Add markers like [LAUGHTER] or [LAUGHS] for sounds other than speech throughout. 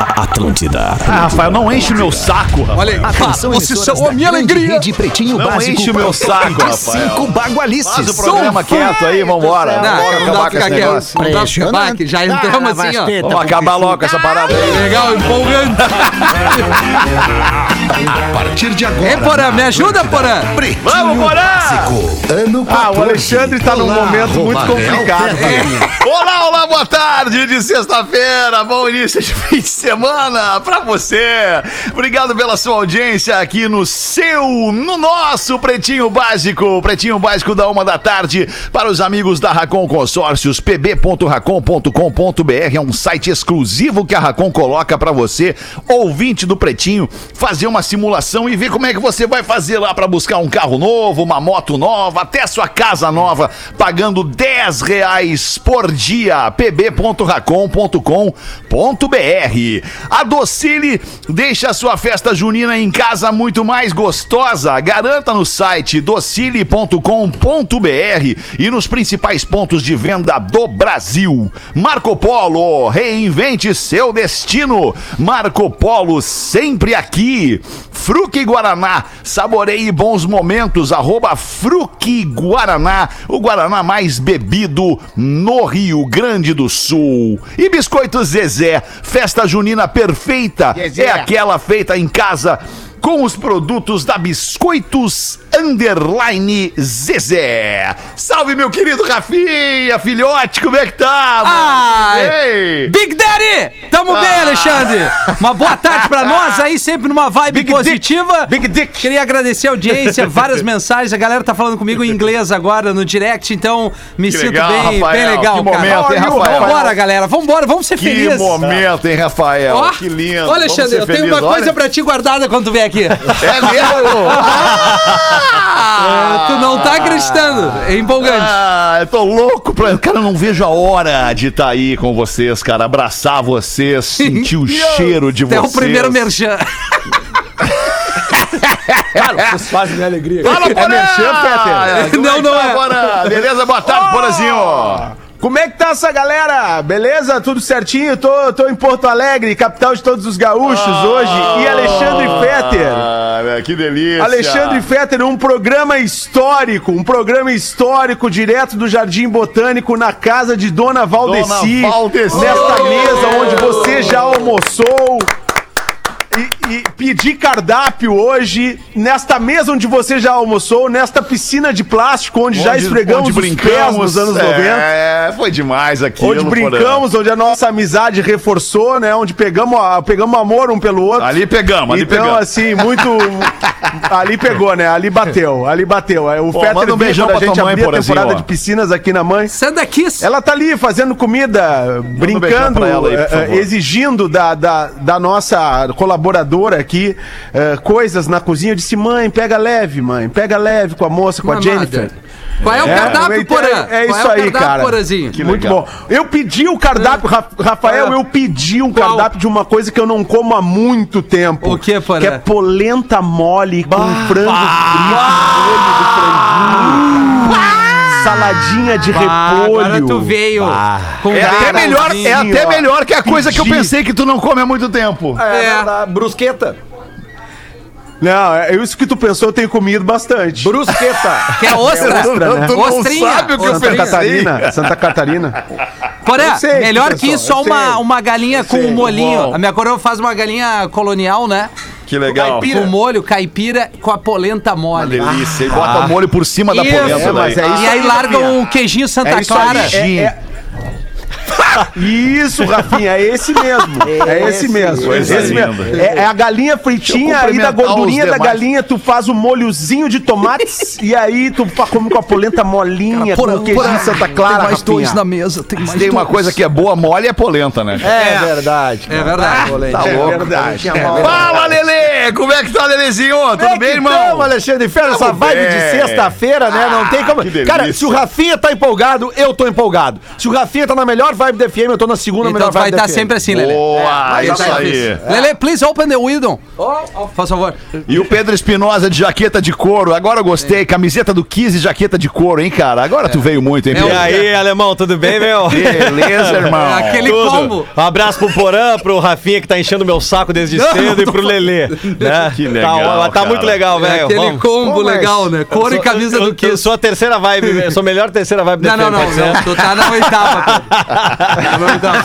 Atlântida. Ah, Rafael, não enche meu saco, Rafael. Olha aí, Atenção, vocês é emissoras são a da minha grande alegria. rede Pretinho Não Básico enche o meu para saco, 45 Rafael. bagualices. Faz o programa quieto aí, vambora. Não, Vambora não dá acabar pra com esse ficar quieto. negócio. Não dá pra acabar, que já entramos Ah, assim, ó. Vasteta, Vamos acabar logo com essa parada aí. Legal, [LAUGHS] empolgante. A partir de agora. É, Porã, me ajuda, Porã. Pretinho Vamos, Porã! Básico, ano Ah, o Alexandre tá num momento muito complicado. Olá, olá, boa tarde de sexta-feira, bom início de [LAUGHS] fim de semana pra você. Obrigado pela sua audiência aqui no seu, no nosso Pretinho Básico, Pretinho Básico da uma da tarde para os amigos da Racon Consórcios, pb.racon.com.br é um site exclusivo que a Racon coloca pra você, ouvinte do Pretinho, fazer uma simulação e ver como é que você vai fazer lá pra buscar um carro novo, uma moto nova, até sua casa nova, pagando 10 reais por dia. pb.racon.com.br A Docile deixa a sua festa junina em casa muito mais gostosa. Garanta no site docile.com.br e nos principais pontos de venda do Brasil. Marco Polo, reinvente seu destino. Marco Polo sempre aqui. Fruque Guaraná, saboreie bons momentos. Arroba Fruque Guaraná, o Guaraná mais bebido no Rio Grande do Sul. E Biscoito Zezé, festa junina perfeita. É aquela feita em casa com os produtos da Biscoitos Underline Zezé. Salve, meu querido Rafinha, filhote, como é que tá? mano? Ai! Ei. Big Daddy! Tamo bem, Ah. Alexandre! Uma boa tarde pra nós aí, sempre numa vibe Big positiva. Dick, Big Dick. Queria agradecer a [LAUGHS] audiência, várias mensagens. A galera tá falando comigo em inglês agora no direct, então me sinto legal, bem, bem Rafael, legal, que cara. momento, hein, Rafael? Vambora, galera. Vambora, vamos ser Que felizes. momento, hein, Rafael? Ó, que lindo. Olha, Vamos Alexandre, ser eu tenho felizes. uma coisa Olha- pra ti guardada quando tu vem aqui. É Ah, tu mesmo? não tá acreditando. É empolgante. Ah, eu tô louco pra. Cara, eu não vejo a hora de estar aí com vocês, cara. Abraçar [LAUGHS] vocês, sentir o cheiro de Até vocês. o primeiro merchan. Vocês fazem minha alegria. Fala, Porã! merchan, Peter? Como É Não, que não tá, é. Oh! Porã? Beleza? Boa tarde, Porazinho. Como é que tá essa galera? Beleza? Tudo certinho? Tô, tô em Porto Alegre, capital de todos os gaúchos hoje. E Alexandre Fetter. Ah, que delícia. Alexandre Fetter, um programa histórico, um programa histórico direto do Jardim Botânico na casa de Dona Valdeci. Valdeci. Nesta Oh! mesa onde você já almoçou. E, e pedir cardápio hoje, nesta mesa onde você já almoçou, nesta piscina de plástico onde, já Onde- esfregamos onde os pés nos anos 90. É, foi demais aqui. Onde brincamos, onde a nossa amizade reforçou, né? Onde pegamos, a- pegamos amor um pelo outro. Ali pegamos, ali então, pegamos. assim, muito. [LAUGHS] ali pegou, né? Ali bateu, ali bateu. É, O Pô, Fetter manda um veio beijão pra quando a gente tua mãe, abrir a Porazinho, temporada ó. de piscinas aqui na mãe. Santa daqui. Ela tá ali fazendo comida, um beijão brincando, pra ela aí, por eh, favor. exigindo da, da, da nossa colaboradora aqui eh, coisas na cozinha. Eu disse, mãe, pega leve, mãe, pega leve com a moça, com Mamada. a Jennifer. Qual é o É, cardápio, então Porã? é- é Qual isso o aí, cardápio, cara. Porãzinho? Que Muito legal. bom. Eu pedi o cardápio, Ra- Rafael, Ah. eu pedi um Qual? cardápio de uma coisa que eu não como há muito tempo. O quê, Porã? Que é polenta mole com frango frito, molho do franguinho. Saladinha de Ah, repolho. agora tu veio. Com É até, Cara, melhor, é assim, até ó, melhor que a coisa que eu pedi. pensei que tu não come há muito tempo. É. brusqueta. Não, é isso que tu pensou, eu tenho comido bastante. Brusqueta. Que é ostra. ostra, né? Tu não Ostrinha. sabe o que eu Santa Ostrinha. Catarina, Santa Catarina. Porã, Tá, Eu sei, melhor pessoal, que isso, só eu uma, sei. uma galinha com um sei, molinho. bom. A minha coroa faz uma galinha colonial, né? Que legal. Com molho, caipira, com a polenta Uma mole. delícia. E bota molho por cima da Isso. polenta. É, mas daí. é isso e aí aí, larga Rafinha. um queijinho Santa É isso aí, Clara. é- é- Isso, Rafinha, é esse mesmo. É esse mesmo. Coisa esse mesmo. linda. É, é a galinha fritinha Deixa eu aí da cumprimentar gordurinha os da demais. galinha, tu faz o molhozinho [LAUGHS] de tomates e aí tu fa- come com a polenta molinha, com o é queijinho Santa Clara, Tem mais dois na Rafinha. mesa. Tem mais Tem uma coisa que é boa, mole é polenta, né? É, verdade. É Ah, verdade. Tá louco. verdade. É verdade. Fala, Lelê! Como é que tá, Lelezinho? Tudo Como é que bem, irmão? tamo, Alexandre Ferro, essa Tamo vibe de bem. sexta-feira, né? Não tem como. que delícia. Cara, se o Rafinha tá empolgado, eu tô empolgado. Se o Rafinha tá na melhor vibe do FM, eu tô na segunda Então vai vibe estar do FM. sempre assim, Lelê. assim. Boa, mas isso tá já aí. Lelê, please open the window. Oh, Faz favor. E o Pedro Espinosa de jaqueta de couro. Agora eu gostei. Camiseta do 15, jaqueta de couro, hein, cara? Agora tu veio muito, hein, E Pedro? aí, alemão, tudo bem, [LAUGHS] meu? Beleza, irmão. É [LAUGHS] aquele Tudo. combo. Um abraço pro Porã, pro Rafinha que tá enchendo meu [LAUGHS] saco desde Não, cedo não e tô pro Lelê. Né? Que legal, Tá, ó, tá cara. muito legal, É velho. aquele Vamos. combo é Bom, mas- legal, né? Cor e camisa eu, do eu Kiss. sou a terceira vibe, eu sou a melhor terceira vibe do Não, não, FM, não, pode ser? não. Tu tá na oitava, [LAUGHS] cara. Tá na oitava.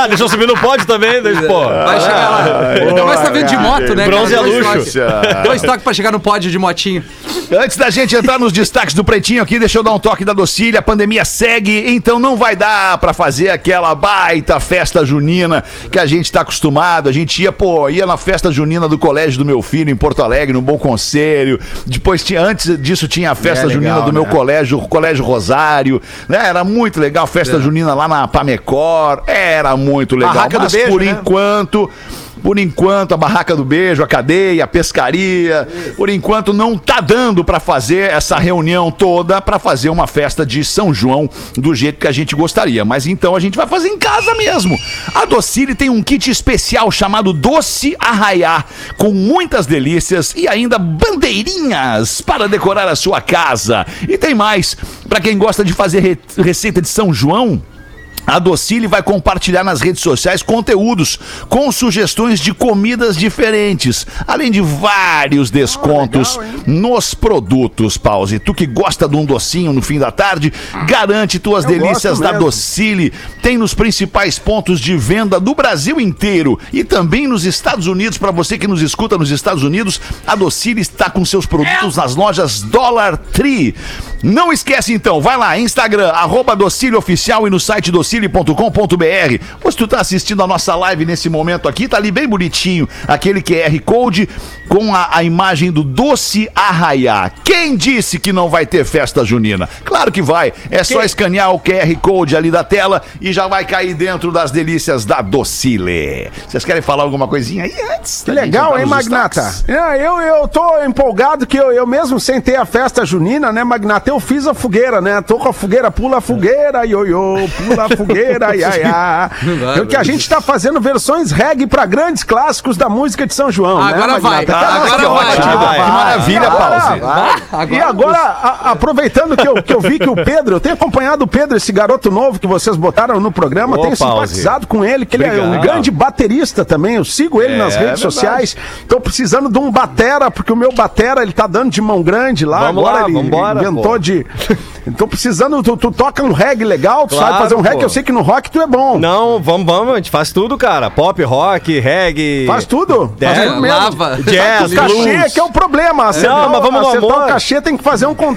Ah, deixa eu subir no pódio também, deixa, pô. Vai chegar lá. Ainda mais tá vindo de moto, né? Bronze cara? é Dois luxo. toques. Dois toques pra chegar no pódio de motinho. Antes da gente entrar nos destaques do Pretinho aqui, deixa eu dar um toque da docilha. A pandemia segue, então não vai dar pra fazer aquela baita festa junina que a gente tá acostumado. A gente ia, pô, ia na festa junina do colégio do meu filho em Porto Alegre, no Bom Conselho. Depois tinha, antes disso tinha a festa É legal, junina do meu né? colégio, o Colégio Rosário. Né? Era muito legal, festa É. junina lá na Pamecor. Era muito legal, Barraca do mas Beijo, por né? enquanto, por enquanto, a barraca do beijo, a cadeia, a pescaria, por enquanto não tá dando pra fazer essa reunião toda pra fazer uma festa de São João do jeito que a gente gostaria. Mas então a gente vai fazer em casa mesmo. A Docile tem um kit especial chamado Doce Arraiá, com muitas delícias e ainda bandeirinhas para decorar a sua casa. E tem mais, pra quem gosta de fazer re- receita de São João, a Docile vai compartilhar nas redes sociais conteúdos com sugestões de comidas diferentes, além de Ah, vários descontos nos produtos, Pause. Tu que gosta de um docinho no fim da tarde, garante tuas delícias Ah. gosto da mesmo. Docile. Tem nos principais pontos de venda do Brasil inteiro e também nos Estados Unidos. Para você que nos escuta nos Estados Unidos, a Docile está com seus produtos nas lojas Dollar Tree. Não esquece então, vai lá, Instagram, arroba Docile Oficial e no site docile.com.br. Ou se tu tá assistindo a nossa live nesse momento aqui, tá ali bem bonitinho, aquele QR Code com a, a imagem do Doce Arraiá. Quem disse que não vai ter festa junina? Claro que vai, é só escanear o QR Code ali da tela e já vai cair dentro das delícias da Docile. Vocês querem falar alguma coisinha aí antes? Que legal, hein, Magnata? É, eu, eu tô empolgado que eu, eu mesmo sem ter a festa junina, né, Magnata? Eu fiz a fogueira, né? Tô com a fogueira, pula a fogueira, ioiô, pula a fogueira, ia, ia. É o que a gente tá fazendo versões reggae pra grandes clássicos da música de São João. né, Agora vai, Magnata? Tá, agora que vai. ótimo. Que Vai, maravilha, vai, Pause. e agora, a- aproveitando que eu, que eu vi que o Pedro, eu tenho acompanhado o Pedro, esse garoto novo que vocês botaram no programa, Ô, tenho Pause. simpatizado com ele, que ele é um Obrigado. grande baterista também, eu sigo ele É nas redes sociais. Tô precisando de um batera, porque o meu batera, ele tá dando de mão grande lá, Vamos agora lá, ele vambora, inventou pô. de... Tô precisando, tu, tu toca um reggae legal, tu sabe Claro, fazer um reggae, pô. eu sei que no rock tu é bom. Não, vamos, vamos, a gente faz tudo, cara. Pop, rock, reggae. Faz tudo, É, faz tudo mesmo. lava. Jazz, O cachê é blues. que é o problema. Acertar, mas vamos no acertar amor. o cachê tem que fazer um, [LAUGHS] con-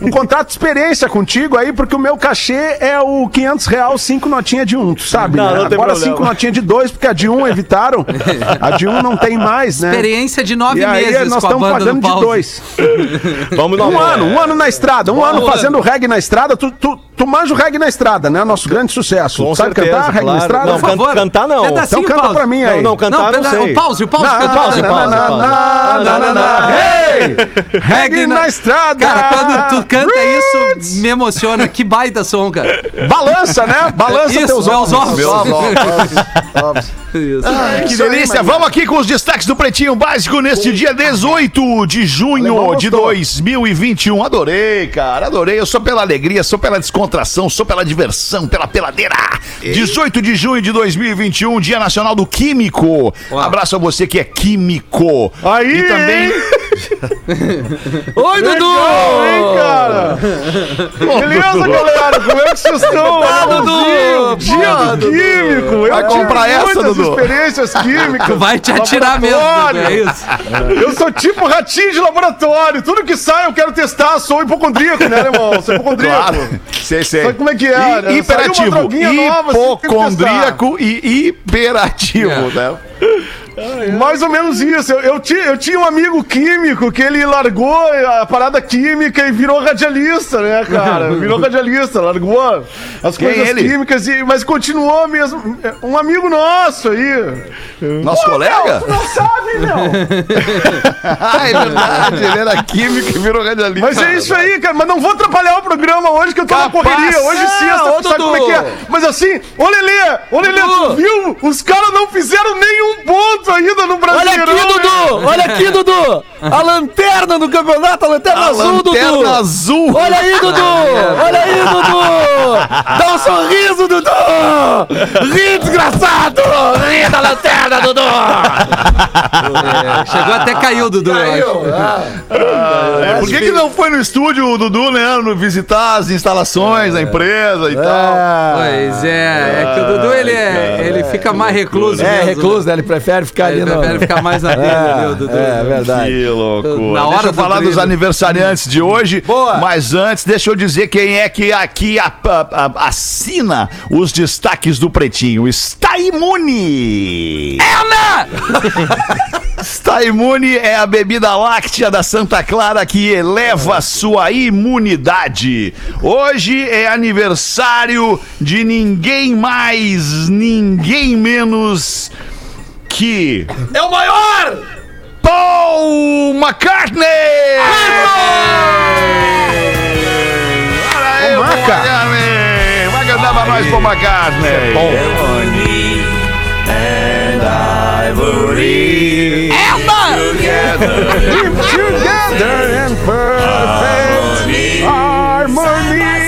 um contrato de experiência contigo aí, porque o meu cachê é o 500 real, cinco notinha de um, tu sabe? Não, né? não tem Agora problema. cinco notinha de dois, porque a de um evitaram. [LAUGHS] A de um não tem mais, né? Experiência de nove E aí meses nós com a estamos banda do pagando de Pause. dois. Vamos no Um amor. ano, um ano na estrada, um ano fazendo reggae na estrada. Tu, tu, tu manja o reggae na estrada, né? Nosso grande sucesso. Com Tu sabe certeza, cantar reggae na claro. estrada? Não, Por favor. cantar não. É da Então Sil canta Pause. pra mim aí. Não, não, cantar não, pera- sei. O pause, o pause, canta o pause, pause, pause. pause. Reggae na estrada. Cara, quando tu canta isso, me emociona. Que baita som, cara. Balança, né? Balança Isso, é teus ovos. meus ovos. Ó, ó, ó, ó. Isso. Ah, Que É Isso aí, delícia! Magnata. Vamos aqui com os destaques do Pretinho Básico neste dia 18 de junho Alemão de gostou. 2021. Adorei, cara, adorei. Eu sou pela alegria, sou pela descontração, sou pela diversão, pela peladeira. 18 de junho de 2021, Dia Nacional do Químico. Abraço a você que é químico. Aí, E também. Oi, Hein, Dudu! cara? Beleza, galera? Como é que vocês estão? Ah, Olha, Dudu! Pô, Dia do químico! Vai Eu tive comprar essa, muitas Dudu. experiências químicas. Vai te atirar mesmo, Dudu, é Laboratório. isso. Eu sou tipo ratinho de laboratório. Tudo que sai eu quero testar. Sou hipocondríaco, né, irmão? Sou hipocondríaco. Claro. Sei, sei. Sabe como é que é, né? Saiu uma Hiperativo. droguinha nova, assim, tem que testar. É. Hipocondríaco e hiperativo, né? Mais ou menos isso. Eu, eu, tinha, eu tinha um amigo químico que ele largou a parada química e virou radialista, né, cara? Virou radialista, largou as Quem é coisas ele? químicas, e, mas continuou mesmo. Um amigo nosso aí. Nosso colega? Tu não sabe, meu. Ah, é verdade, ele era químico e virou radialista. Mas é isso aí, cara. Mas não vou atrapalhar o programa hoje, que eu tô Capaz. na correria. Hoje É, sexta, ô, tu sabe Dudu. como é que é. Mas assim, ô Lelê, ô Lelê, Dudu. tu viu? Os caras não fizeram nenhum ponto ainda no Olha Brasileirão. aqui, Dudu! Olha aqui, Dudu! A lanterna do campeonato, a lanterna A azul, lanterna Dudu! azul. Olha aí, Dudu! Olha aí, Dudu! Dá um sorriso, Dudu! Ri, desgraçado! Ri da lanterna, Dudu! É, chegou até caiu, Dudu, eu acho. É, por que, que não foi no estúdio o Dudu, né? no Visitar as instalações, a empresa É. e Ah. tal. Pois é, é que o Dudu ele, é- ele fica mais recluso É, mesmo. recluso, né? Ele prefere ficar ali Ele no... prefere ficar mais na dele, [LAUGHS] É, viu, Dudu? né? é verdade. Que loucura. Na hora deixa eu do falar dos trilho. aniversariantes de hoje. Boa. Mas antes, deixa eu dizer quem é que aqui a- a- a- assina os destaques do Pretinho. Está imune! Está imune é a bebida láctea da Santa Clara que eleva sua imunidade. Hoje é aniversário de ninguém mais, ninguém menos que É o maior! Paul McCartney! Olha aí, Ô, o Paul Maca. McCartney! Vai cantar pra nós, Paul McCartney! Together and perfect harmony.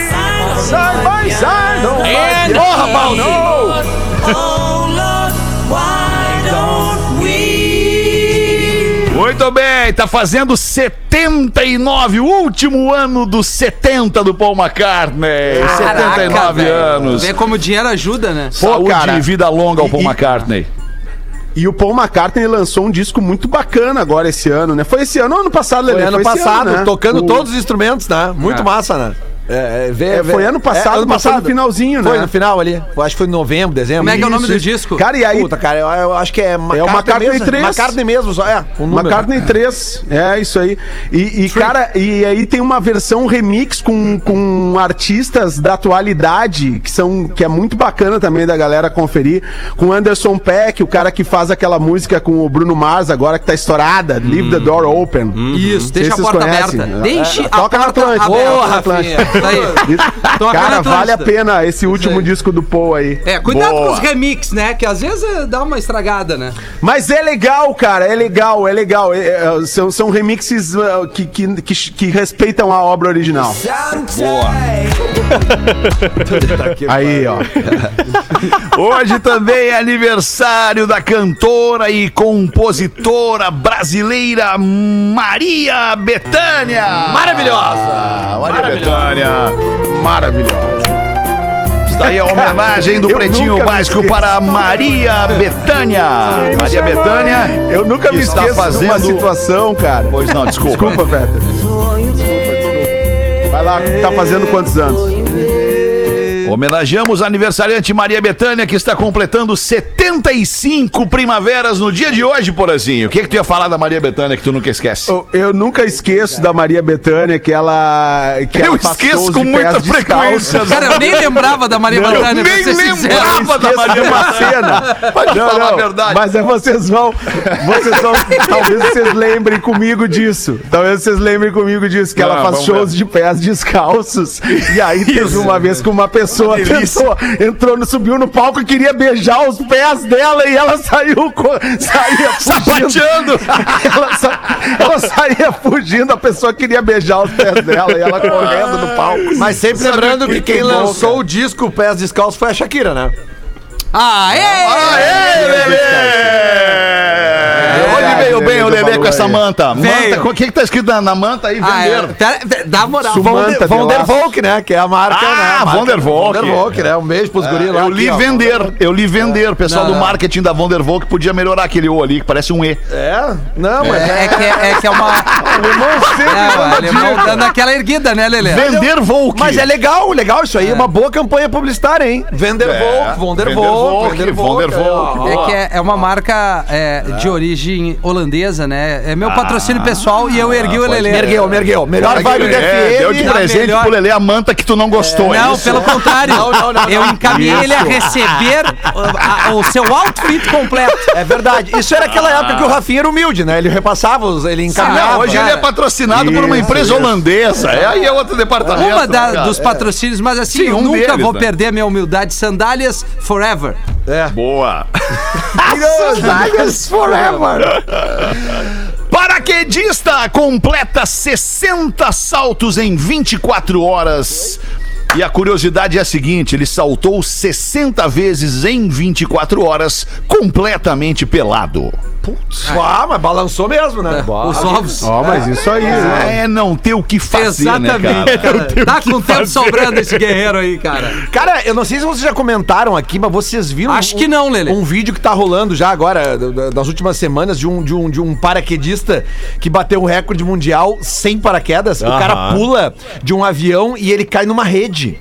Side by side, oh my God. Porra, Paulo! Muito bem, tá fazendo 79, o último ano dos 70 do Paul McCartney. Caraca, 79 velho. anos. Vê como o dinheiro ajuda, né? Saúde cara. e vida longa ao Paul E- e- McCartney. E o Paul McCartney lançou um disco muito bacana agora esse ano, né? Foi esse ano ou ano passado, Lelê? Foi ano esse passado, né? tocando O- todos os instrumentos, né? Muito massa, né? É, é, vê- É, vê- foi ano passado, é, passou no finalzinho, né? Foi no final ali. Eu acho que foi em novembro, dezembro. Como é que é o nome Isso, do isso. disco? Cara, e aí, Puta, cara, eu, eu acho que é McCartney McCartney mesmo. três. McCartney mesmo, só é. Um número. McCartney 3, é isso aí. E, e, cara, e aí tem uma versão remix com, com artistas da atualidade, que são que é muito bacana também da galera conferir, com Anderson Peck, o cara que faz aquela música com o Bruno Mars agora que tá estourada, Leave the Door Open. Isso, Hum. deixa a Vocês porta conhecem? aberta. É. Deixe a Toca na porta Atlântida. aberta. Boa, Rafinha. Isso [LAUGHS] aí. E- Toca na cara, Atlântida. vale a pena esse último aí. disco do Paul aí. É, cuidado Boa. com os remix, né? Que às vezes eh, dá uma estragada, né? Mas é legal, cara, é legal, é legal. É, é, são, são remixes é, que, que, que, que respeitam a obra original. [LAUGHS] Aí, ó. Hoje também é aniversário da cantora e compositora brasileira Maria Bethânia. Maravilhosa! Maria Bethânia, maravilhosa. Está aí a homenagem do Eu Pretinho nunca me Básico esqueço. para Maria Bethânia. Maria Bethânia. Eu nunca me está esqueço de uma tá fazendo- situação, cara. Pois não, desculpa. Desculpa, Peter. Vai lá, tá fazendo quantos anos? Homenageamos a aniversariante Maria Bethânia, que está completando 75 primaveras no dia de hoje, Porazinho. O que, que tu ia falar da Maria Bethânia que tu nunca esquece? Eu, eu nunca esqueço da Maria Bethânia que ela. Que Eu ela passou esqueço os com de muita pés frequência. descalços. Cara, eu nem lembrava da Maria Bethânia, pra nem ser sincero. lembrava. Eu da esqueço Maria de uma cena. Pode Não, falar não, a verdade. Mas é, vocês vão. Vocês vão. talvez vocês lembrem comigo disso. Talvez vocês lembrem comigo disso. Que Não, ela faz vamos shows de pés descalços. E aí teve uma vez que uma pessoa tentou, entrou, no- subiu no palco e queria beijar os pés dela e ela saiu. co- [LAUGHS] Saía fugindo. Sapateando! [LAUGHS] Ela, sa- ela saía fugindo, a pessoa queria beijar os pés dela e ela correndo no palco. Mas sempre lembrando que quem bom, lançou o disco Pés Descalços foi a Shakira, né? Aê! Ah, é. Ah, é. Aê, Lelê! Hoje veio bem o Lelê com com essa manta. Veio. Manta, o que que tá escrito na, na manta aí? Ah, é, Venderam. pera- pera- dá Ah, moral. Von, Sumanta Von de der laço. Volk, né? Que é a marca, Ah, né? a marca Von der Von Volk. der Volk, né? Um beijo pros guris lá. Eu li aqui, ó. vender, eu li vender. O pessoal Não, do não. marketing da Vandervolt podia melhorar aquele O ali, que parece um E. É? Não, mas... É, é que é, é que é uma. Alemão sempre É, o dando alemão dica. dando aquela erguida, né, Lelê? Vender Volk. Mas é legal, legal isso aí. É uma boa campanha publicitária, hein? Vender É. Volk, Von der Van der Volk, Volk, Von der Volk. ó, ó. É que é, é uma marca é, de origem holandesa, né? É Ah. meu patrocínio pessoal e eu ergui o Lelê. Mergueu, mergueu. Melhor vibe do né, É, deu FM. de a presente tá melhor- pro Lelê a manta que tu não gostou. é Não, isso? pelo contrário. Não, não, não, não. Eu encaminhei ele a receber uh, a- o seu outfit completo. É verdade. Isso era aquela época que o Rafinha era humilde, né? Ele repassava, os- ele encaminhava. Não, hoje cara. ele é patrocinado por uma empresa holandesa. É, aí é outro departamento. Uma da- né, cara? é. dos patrocínios, mas assim, Sim, eu um nunca deles, vou né? perder minha humildade. Sandálias forever. é Boa. [LAUGHS] Sandálias é, forever. Paraquedista completa 60 saltos em 24 horas. E a curiosidade é a seguinte: ele saltou 60 vezes em 24 horas, completamente pelado. Ah, mas balançou mesmo, né? Os ovos. Ó, mas isso aí, né? É não ter o que fazer, né, cara? Exatamente, cara. Tá com tempo sobrando esse guerreiro aí, cara. Cara, eu não sei se vocês já comentaram aqui, mas vocês viram. Acho que não, Lelê. Um vídeo que tá rolando já agora, d- d- das últimas semanas, de um, de um, de um paraquedista que bateu um recorde mundial sem paraquedas. O cara Aham. pula de um avião e ele cai numa rede.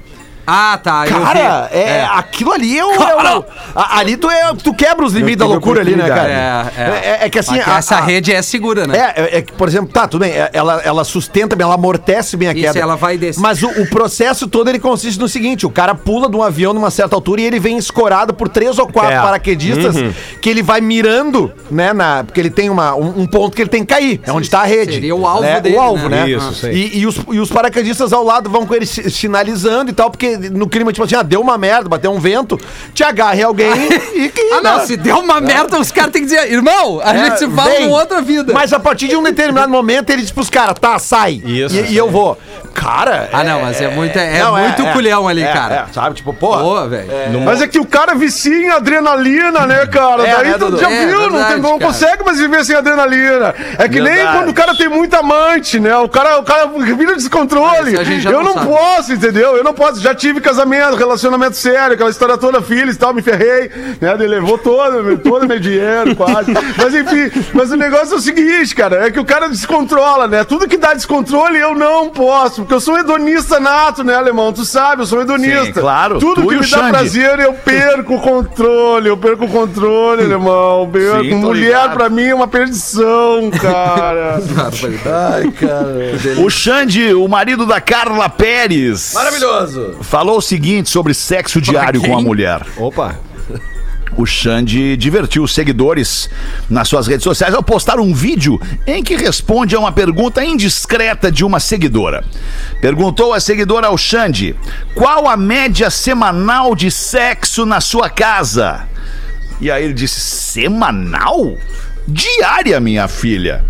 Ah, tá. eu Cara, vi. é, aquilo ali é o. é o- a- ali tu, é, tu quebra os limites da tive loucura ali, né, cara? oportunidade. É, É, é que assim. Mas que a- essa a- rede é segura, né? É, é, é que, por exemplo, tá, tudo bem, é, ela, ela sustenta bem, ela amortece bem a Isso, queda. ela vai e desce. Mas o, o processo todo ele consiste no seguinte: o cara pula de um avião numa certa altura e ele vem escorado por três ou quatro É. paraquedistas que ele vai mirando, né? Na, porque ele tem uma, um, um ponto que ele tem que cair, é onde tá a rede. seria o alvo né, dele, O alvo, né? né? Isso, isso aí. E, e os, e os paraquedistas ao lado vão com ele si- sinalizando e tal, porque no clima, tipo assim, ah, deu uma merda, bateu um vento, te agarre [LAUGHS] alguém e. que- Ah, não, se deu uma merda, os caras têm que dizer, irmão, a gente se fala É. vem. numa outra vida. Mas a partir de um determinado momento, ele diz pros caras, tá, sai. Isso. E, e eu vou. Cara. Ah, não, mas é muito- é muito culhão ali, cara. é, sabe? Tipo, porra. Boa, velho. Mas é que o cara vicia em adrenalina, né, cara? É, Daí né, tu Dudu? já É, viu, não, verdade, tem- não cara. consegue mais viver sem adrenalina. É que nem quando o cara tem muita amante, né? O cara, o cara vira Ah, descontrole. isso a gente já Eu não não sabe. posso, entendeu? Eu não posso. Já tive casamento, relacionamento sério, aquela história toda, filhos e tal, me ferrei, né? Ele levou todo, meu- todo meu dinheiro, quase. Mas enfim, mas o negócio é o seguinte, cara, é que o cara descontrola, né? Tudo que dá descontrole eu não posso, porque eu sou um hedonista nato, né, alemão? Tu sabe, eu sou hedonista. claro. Tudo Tu que e o me dá Xande. prazer, eu perco o controle. Eu perco o controle, irmão. Eu Perco. Sim, tô Mulher, ligado. pra mim, é uma perdição, cara. O Xande, o marido da Carla Pérez, Maravilhoso. falou o seguinte sobre sexo diário com a mulher. Opa. O Xande divertiu os seguidores nas suas redes sociais ao postar um vídeo em que responde a uma pergunta indiscreta de uma seguidora. Perguntou a seguidora ao Xande: qual a média semanal de sexo na sua casa? E aí ele disse: semanal? Diária, minha filha.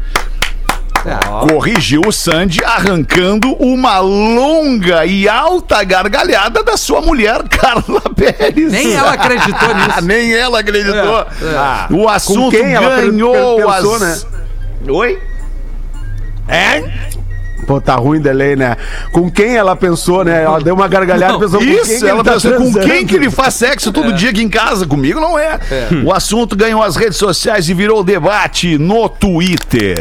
Corrigiu o Sandy arrancando uma longa e alta gargalhada da sua mulher, [LAUGHS] Carla Pérez. Nem [LAUGHS] [LAUGHS] ela acreditou nisso. Nem ela acreditou. Ah. O assunto quem ela per- ganhou per- pensou, as... Oi? né? É? Pô, tá ruim delay, né? Com quem ela pensou, né? Ela deu uma gargalhada e pensou com quem Isso, que ela ele tá pensou, com transando? quem que ele faz sexo todo dia aqui em casa? Comigo não é. O assunto ganhou as redes sociais e virou debate no Twitter.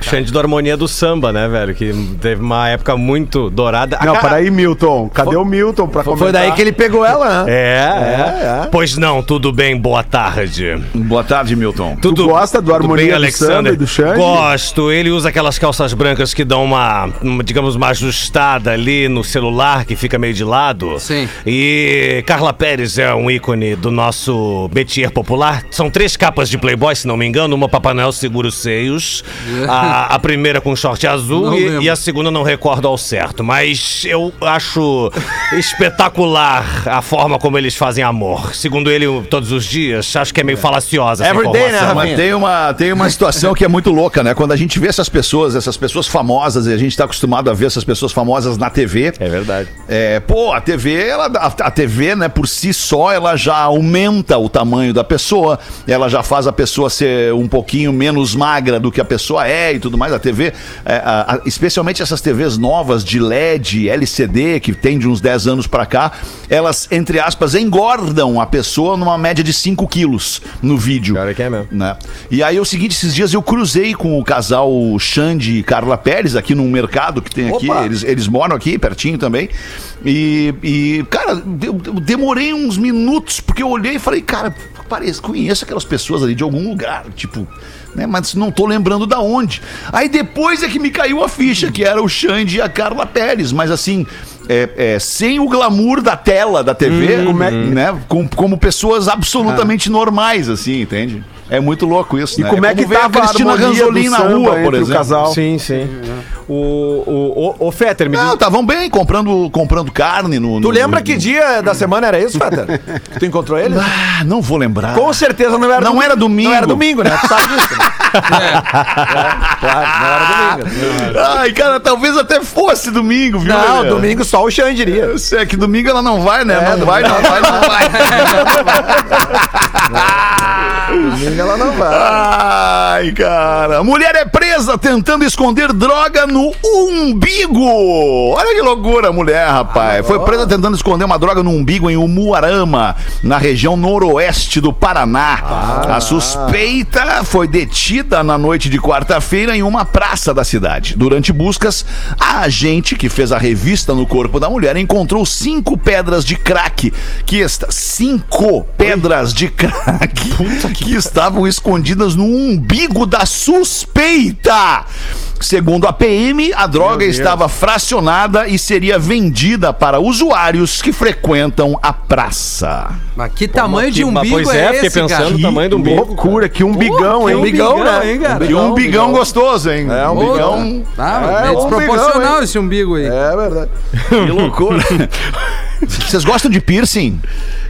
Xande da harmonia do samba, né, velho? Que teve uma época muito dourada. A Não, ca- peraí, Milton. Cadê o Milton pra comentar? Foi daí que ele pegou ela, né? É, é, Pois não, tudo bem, boa tarde. Boa tarde, Milton. Tudo, gosta do Harmonia do Samba e do Xande? Gosto. Ele usa aquelas calças brancas que dão uma, uma, digamos, uma ajustada ali no celular, que fica meio de lado. Sim. E Carla Pérez é um ícone do nosso métier popular. São três capas de Playboy, se não me engano. Uma Papai Noel segura os seios. A, a primeira com short azul É. [LAUGHS] Não e, lembro. e a segunda não recordo ao certo. Mas eu acho espetacular a forma como eles fazem amor. Segundo ele, todos os dias. Acho que é meio falaciosa essa Everyday, né, informação. Rafinha? Mas tem uma, tem uma situação que é muito louca, né? Quando a gente vê essas pessoas, essas pessoas famosas, famosas, e a gente tá acostumado a ver essas pessoas famosas na TV. É verdade. É, pô, a TV, ela, a, a TV, né, por si só, ela já aumenta o tamanho da pessoa, ela já faz a pessoa ser um pouquinho menos magra do que a pessoa é e tudo mais. A TV, é, a- a- especialmente essas TVs novas de LED, LCD, que tem de uns 10 anos pra cá, elas, entre aspas, engordam a pessoa numa média de 5 quilos no vídeo Pior é que é mesmo. né? E aí é o seguinte, esses dias eu cruzei com o casal Xande e Carla Pérez aqui num mercado que tem aqui, eles, eles moram aqui pertinho também. E, e, cara, eu demorei uns minutos porque eu olhei e falei, cara, parece, conheço aquelas pessoas ali de algum lugar, tipo, né, mas não tô lembrando da onde. Aí depois é que me caiu a ficha que era o Xande e a Carla Pérez, mas assim, é, é, sem o glamour da tela da TV, como é- né, com- como pessoas absolutamente normais, assim, entende? É muito louco isso, E né? como é que ver tava a Cristina harmonia Ganzolin do na samba rua, por entre o exemplo? casal? Sim, sim. O, o, o, o Fetter, me Não, diz. estavam bem, comprando, comprando carne Tu no... no- Ah, lembra no- que dia da semana era isso, Feta? Tu encontrou ele? Ah, não vou lembrar. Com certeza não era Não era domingo. Não era domingo, né? Tu sabe disso. né? É, claro, não era domingo. Ai, cara, talvez até fosse Ah. domingo, viu? Não, Lelê? domingo só o Xande iria. Se é que domingo ela não vai, né? não, vai, não vai, não vai, Domingo ela não vai. Ai, cara. Mulher é presa tentando esconder droga no umbigo. Olha que loucura, a mulher, rapaz. Foi presa tentando esconder uma droga no umbigo em Umuarama, na região noroeste do Paraná. A suspeita foi detida na noite de quarta-feira em uma praça da cidade. Durante buscas, a agente que fez a revista no corpo da mulher encontrou cinco pedras de crack que está cinco pedras de [LAUGHS] crack que estavam escondidas no umbigo da suspeita. Segundo a PM, a droga estava fracionada e seria vendida para usuários que frequentam a praça. Mas que tamanho de Mas, umbigo pois é, é, esse, fiquei pensando no cara? tamanho do umbigo. Loucura, que um bigão, Que hein? umbigão, né? hein, cara? E um bigão gostoso, hein? É, um Puta. bigão. Ah, É, é, um desproporcional bigão, hein? esse umbigo aí. É verdade. Que loucura. [LAUGHS] Vocês gostam de piercing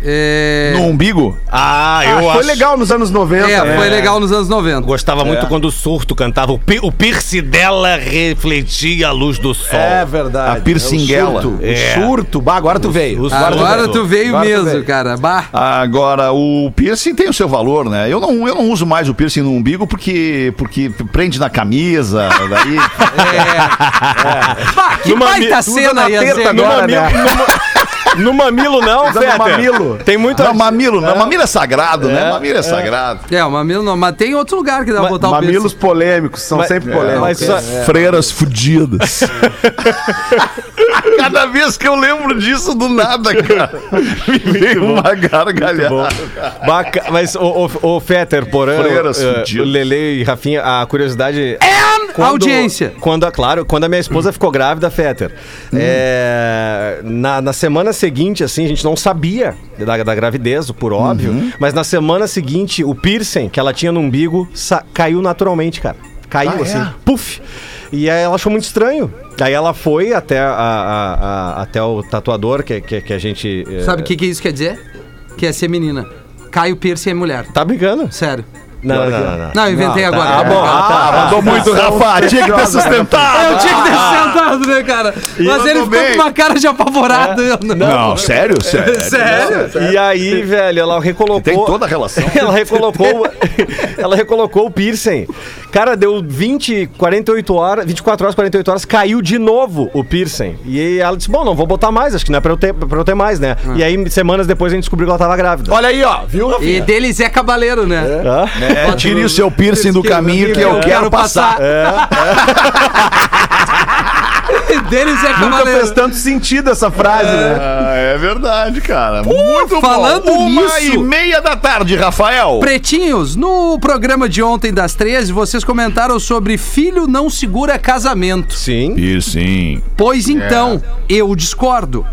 É, no umbigo? Ah, eu Foi acho. legal nos anos 90. é, né? foi legal nos anos 90. Gostava muito quando o surto cantava. O, pi- o piercing dela refletia a luz do sol. É né? verdade. A piercinguela. O um surto. É. O surto. Bah, agora tu veio. os- Agora tu Agora veio. tu veio Agora tu mesmo, veio. cara. Bah. Agora, o piercing tem o seu valor, né? Eu não, eu não uso mais o piercing no umbigo porque, porque prende na camisa, daí... Bah, que Numa mi- baita tudo cena ia ser. No, agora, mamilo, né? no, ma- no mamilo, não, Usa no Fetter. mamilo. Tem muita. Não, mamilo, não. Mamilo é sagrado, né? Mamilo é sagrado. É, o mamilo não, mas tem outro lugar que dá pra botar o piercing. Mamilos polêmicos, são sempre polêmicos. É. Mas só- Freiras fudidas. [LAUGHS] Cada vez que eu lembro disso, do nada, cara, me veio uma gargalhada. Baca- Mas o, o, o Fetter, Porã, Freiras eh, o fudidas. Lele e Rafinha, a curiosidade... é And audiência. Hum. Quando, a- claro, quando a minha esposa ficou grávida, Fetter, eh, na, na semana seguinte, assim, a gente não sabia da, da gravidez, por óbvio, Uhum. mas na semana seguinte, o piercing que ela tinha no umbigo sa- caiu naturalmente, cara. Caiu, Ah, é? assim, puf! E aí ela achou muito estranho. Aí ela foi até, a- a- a- até o tatuador que, que, que a gente... eh, Sabe o que, que isso quer dizer? Que é ser menina. Cai o piercing é mulher. Tá brincando? Sério. Não, não, não, não, não. Não, eu inventei tá. agora. Ah, bom. Ah, tá. mandou muito, Rafa. Tinha que ter sustentado. Eu tinha que ter sentado, né, cara? Mas ele mandou ficou bem. com uma cara de apavorado. eu não- Não, sério, sério. Sério? E aí, velho, ela recolocou. Tem toda a [LAUGHS] relação. Ela recolocou. [LAUGHS] ela recolocou o piercing. Cara, deu 20, 48 horas, 24 horas, 48 horas, caiu de novo o piercing. E aí ela disse: Bom, não vou botar mais, acho que não é pra eu ter, pra eu ter mais, né? E aí, semanas depois, a gente descobriu que ela tava grávida. Olha aí, ó. Viu, Rafinha? E deles é cabaleiro, né? Hã? É, tire o seu piercing do caminho que eu quero passar. [LAUGHS] E deles é Nunca fez cabaleiro. tanto sentido essa frase, né? Ah, é verdade, cara. Muito falando bom. Uma nisso- e meia da tarde, Rafael. Pretinhos, no programa de ontem das 13, vocês comentaram sobre filho não segura casamento. Sim. É. Piercing. Pois então, eu discordo.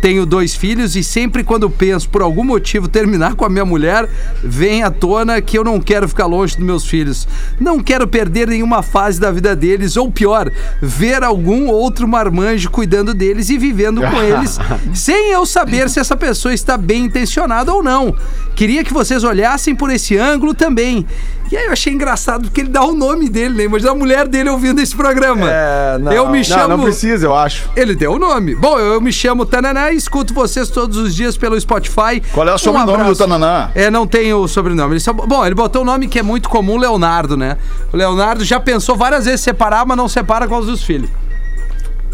Tenho dois filhos e sempre quando penso, por algum motivo, terminar com a minha mulher, vem à tona que eu não quero ficar longe dos meus filhos. Não quero perder nenhuma fase da vida deles, ou pior, ver algum outro marmanjo cuidando deles e vivendo [LAUGHS] com eles, sem eu saber se essa pessoa está bem intencionada ou não. Queria que vocês olhassem por esse ângulo também. E aí eu achei engraçado porque ele dá o nome dele, né? Imagina a mulher dele ouvindo esse programa. eu me chamo. É, Não, não precisa, eu acho. Ele deu o nome. Bom, eu, eu me chamo Tananá e escuto vocês todos os dias pelo Spotify. Um Qual é o sobrenome abraço. do Tananã? É, não tem o sobrenome. Ele só- bom, ele botou o nome que é muito comum, Leonardo, né? O Leonardo já pensou várias vezes em separar, mas não separa com os dos filhos.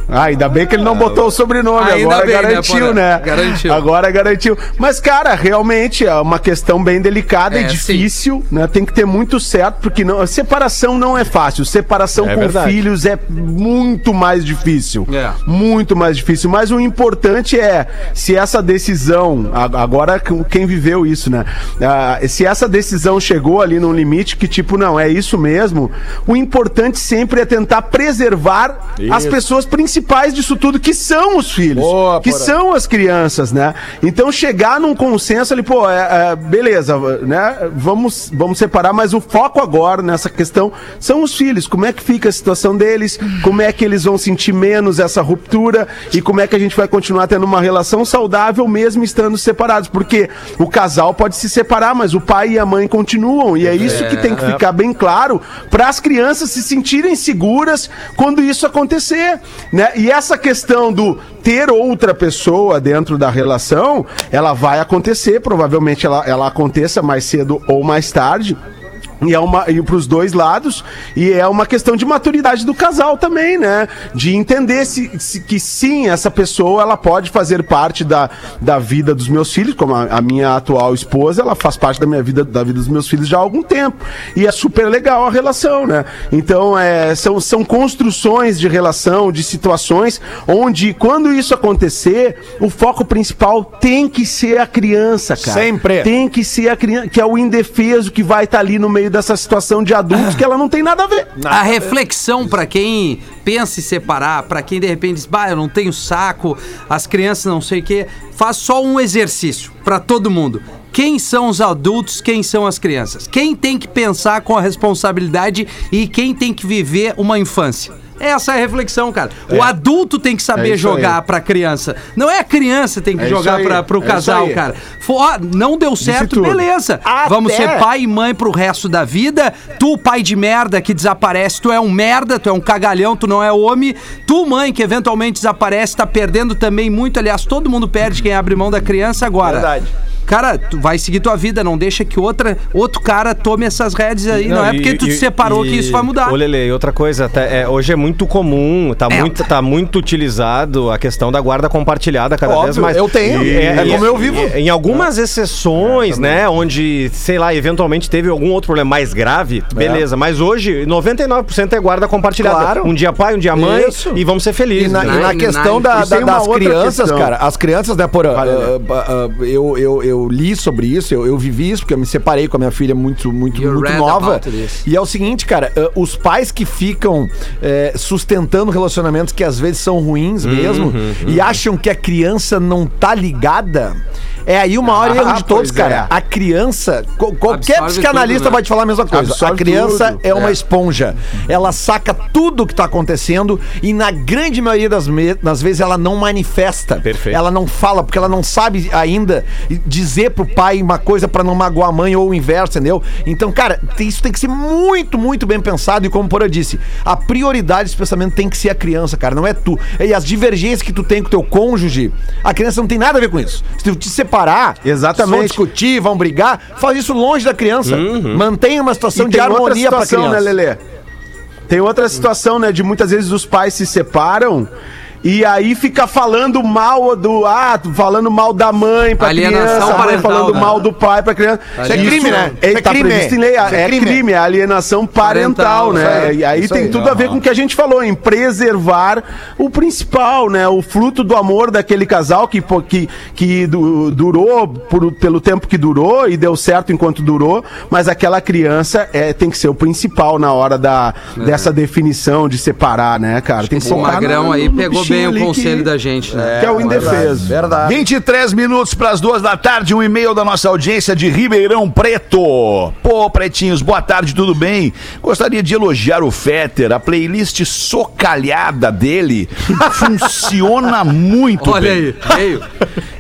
Ah, ainda bem que ele não botou o sobrenome, Ainda agora bem, né, garantiu, Porã? né? Garantiu. Agora garantiu. Mas, cara, realmente é uma questão bem delicada É, e difícil, né? Tem que ter muito certo, porque não, separação não é fácil. Separação É com verdade. filhos é muito mais difícil. É. Muito mais difícil. Mas o importante é, se essa decisão, a- agora com quem viveu isso, né? Ah, se essa decisão chegou ali num limite que, tipo, não, é isso mesmo, o importante sempre é tentar preservar as pessoas principais disso tudo, que são os filhos, Boa, que Porã. são as crianças, né? Então chegar num consenso ali, pô, é, é, beleza, né? Vamos, vamos separar, mas o foco agora nessa questão são os filhos. Como é que fica a situação deles? Como é que eles vão sentir menos essa ruptura? E como é que a gente vai continuar tendo uma relação saudável mesmo estando separados? Porque o casal pode se separar, mas o pai e a mãe continuam. E é isso que tem que ficar bem claro para as crianças se sentirem seguras quando isso acontecer, né? E essa questão do ter outra pessoa dentro da relação, ela vai acontecer, provavelmente ela, ela aconteça mais cedo ou mais tarde. E é uma e para os dois lados e é uma questão de maturidade do casal também, né? De entender se, se- que sim essa pessoa ela pode fazer parte da, da vida dos meus filhos, como a, a minha atual esposa, ela faz parte da minha vida da vida dos meus filhos já há algum tempo e é super legal a relação, né? Então é, são são construções de relação, de situações onde quando isso acontecer o foco principal tem que ser a criança, cara. Sempre. Tem tem que ser a criança, que é o indefeso que vai estar ali no meio dessa situação de adultos que ela não tem nada a ver. A reflexão pra quem pensa em separar, pra quem de repente diz, bah, eu não tenho saco, as crianças não sei o quê, faz só um exercício pra todo mundo. Quem são os adultos, quem são as crianças? Quem tem que pensar com a responsabilidade e quem tem que viver uma infância? Essa é a reflexão, cara. O adulto tem que saber É isso jogar pra criança. Não é a criança que tem que É isso jogar aí, pra, pro é isso casal, aí. cara. Fo- ó, não deu certo, tudo. beleza. Vamos ser pai pai e mãe pro resto da vida. Tu, pai de merda que desaparece, tu é um merda, tu é um cagalhão, tu não é homem. Tu, mãe que eventualmente desaparece, tá perdendo também muito. Aliás, todo mundo perde quem abre mão da criança agora. Verdade. Cara, tu vai seguir tua vida, não deixa que outra, outro cara tome essas redes aí. Não, é porque tu te separou que isso vai mudar. Ô, Lele, e outra coisa, tá, é, hoje é muito comum, tá, É. muito, tá muito utilizado a questão da guarda compartilhada cada vez Óbvio, mais. eu tenho, é como eu vivo. É. e- em algumas exceções, né, onde, sei lá, eventualmente teve algum outro problema mais grave, beleza, mas hoje 99% é guarda compartilhada. Claro. Um dia pai, um dia mãe, Isso. e vamos ser E felizes. na, né? e na Nine, questão nine. da- E tem da- uma das outra crianças, questão. cara, as crianças, né, Porã? Vale, né? ah, ah, ah, eu, eu, eu li sobre isso, eu, eu vivi isso, porque eu me separei com a minha filha muito, muito, You muito read nova. about this. E é o seguinte, cara, ah, os pais que ficam eh, sustentando relacionamentos que às vezes são ruins Uhum, mesmo e acham que a criança não tá ligada. É aí o maior Ah, erro de todos, pois é. cara. A criança, co- qualquer Absorve psicanalista tudo, né? vai te falar a mesma coisa. a Absorve criança tudo. é uma esponja. Ela saca tudo que tá acontecendo e na grande maioria das, me- das vezes ela não manifesta. Perfeito. Ela não fala porque ela não sabe ainda dizer pro pai uma coisa pra não magoar a mãe ou o inverso, entendeu? Então, cara, tem- isso tem que ser muito, muito bem pensado e como o Porã disse, a prioridade desse pensamento tem que ser a criança, cara, não é tu. E as divergências que tu tem com teu cônjuge, a criança não tem nada a ver com isso. Se tu te separar, Exatamente. Uhum. vão discutir, vão brigar, faz isso longe da criança. Mantenha uma situação E de tem outra harmonia pra situação, criança. né, Lelê? Tem outra situação, né, de muitas vezes os pais se separam e aí fica falando mal do ah, falando mal da mãe pra Alienação criança, a mãe parental, falando né? mal do pai pra criança. Isso é crime, né? É, Isso é tá crime. previsto em lei, Isso é é crime. crime, é alienação Parental, parental, né? isso aí, e aí isso tem aí, tudo a ver com o que a gente falou, em preservar o principal, né, o fruto do amor daquele casal que pô- que, que du- durou por- pelo tempo que durou e deu certo enquanto durou, mas aquela criança é, tem que ser o É. principal na hora da, dessa definição de separar, né, cara? Tem que O focar Magrão no- aí no pegou bem ali É o conselho que, da gente, né? que é o indefeso. Verdade. 23 minutos para as duas da tarde, um e-mail da nossa audiência de Ribeirão Preto. Pô, pretinhos, boa tarde, tudo bem? Gostaria de elogiar o Fetter, a playlist socalhada dele funciona muito Olha bem. aí, veio.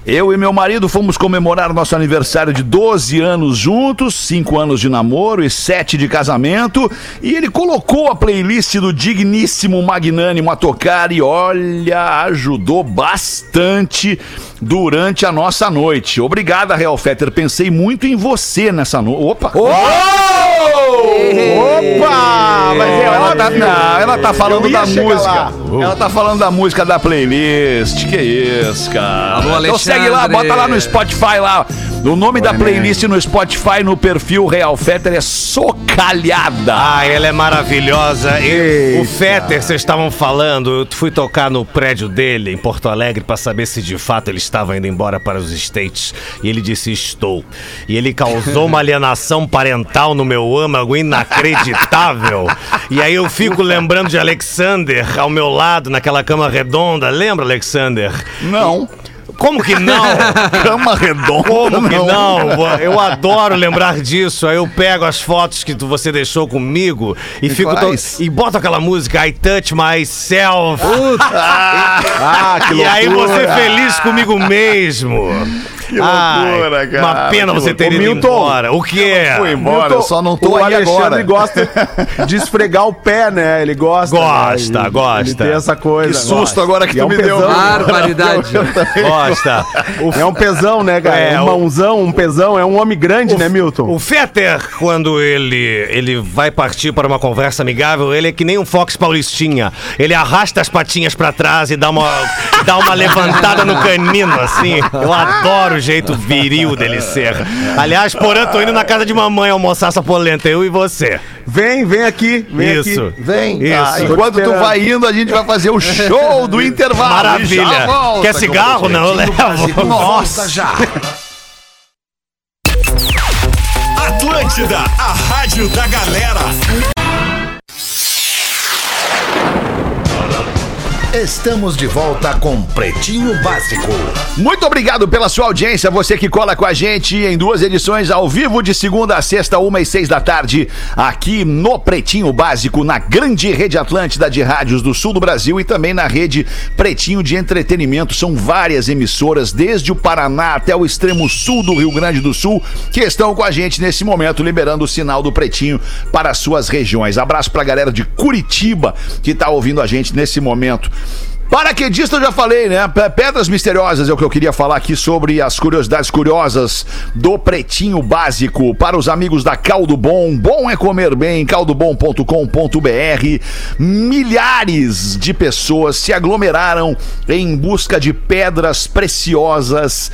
Eu e meu marido fomos comemorar nosso aniversário de 12 anos juntos, 5 anos de namoro e 7 de casamento, e ele colocou a playlist do digníssimo magnânimo a tocar e olha, ajudou bastante durante a nossa noite. Obrigada, Real Fetter, pensei muito em você nessa noite. Opa! Opa! Mas ela tá, não, ela tá falando da música. Ela tá falando da música da playlist. Que isso, cara. Alô, então segue lá, Alexandre. bota lá no Spotify lá. O nome da playlist no Spotify, no perfil Real Fetter é Socalhada. Ah, ela é maravilhosa. E o Fetter, vocês estavam falando, eu fui tocar no prédio dele em Porto Alegre pra saber se de fato ele estava indo embora para os States. E ele disse: Estou. E ele causou uma alienação [LAUGHS] parental no meu âmago inacreditável. E aí eu fico lembrando de Alexander ao meu lado, naquela cama redonda. Lembra, Alexander? Não. Como que não? [LAUGHS] Cama redonda. Como que não? Pô, Eu adoro lembrar disso. Aí eu pego as fotos que tu- você deixou comigo e, fico to- faz? e boto aquela música I Touch Myself. [LAUGHS] Ah, que e loucura. aí você feliz comigo mesmo. Que loucura, cara. Uma pena Que você ter loucura. ido Ô, Milton, embora. O que é? Foi embora, eu só não tô o aí Alexandre agora. gosta de esfregar o pé, né? Ele gosta. Gosta, né? Ele- Ele gosta. tem essa coisa. Que susto agora que E é tu um me deu. [LAUGHS] pesão. Barbaridade. Gosta. O É um pesão, né, cara? É, É, um o- mãozão, um pesão. É um homem grande, né, Milton? O Fetter, quando ele, ele vai partir para uma conversa amigável, ele é que nem um Fox Paulistinha. Ele arrasta as patinhas para trás e dá uma, dá uma levantada no canino, assim. Eu adoro o jeito viril dele ser. Aliás, porã, tô indo na casa de mamãe almoçar essa polenta, eu e você. Vem, vem aqui. Vem Isso. aqui. Vem. Ah, Isso. enquanto tu vai indo, a gente vai fazer o show [LAUGHS] do intervalo. E já Maravilha. volta Quer com cigarro? o Não, eu levo. Nossa, já. [LAUGHS] Atlântida, a rádio da galera. Estamos de volta com Pretinho Básico. Muito obrigado pela sua audiência, você que cola com a gente em duas edições ao vivo de segunda a sexta, uma e seis da tarde, aqui no Pretinho Básico, na grande rede Atlântida de rádios do sul do Brasil e também na rede Pretinho de Entretenimento. São várias emissoras, desde o Paraná até o extremo sul do Rio Grande do Sul, que estão com a gente nesse momento, liberando o sinal do Pretinho para as suas regiões. Abraço pra galera de Curitiba que tá ouvindo a gente nesse momento. Paraquedista eu já falei, né? Pe- Pedras misteriosas é o que eu queria falar aqui sobre as curiosidades curiosas do Pretinho Básico para os amigos da Caldo Bom. Bom é comer bem, caldobom.com.br. Milhares de pessoas se aglomeraram em busca de pedras preciosas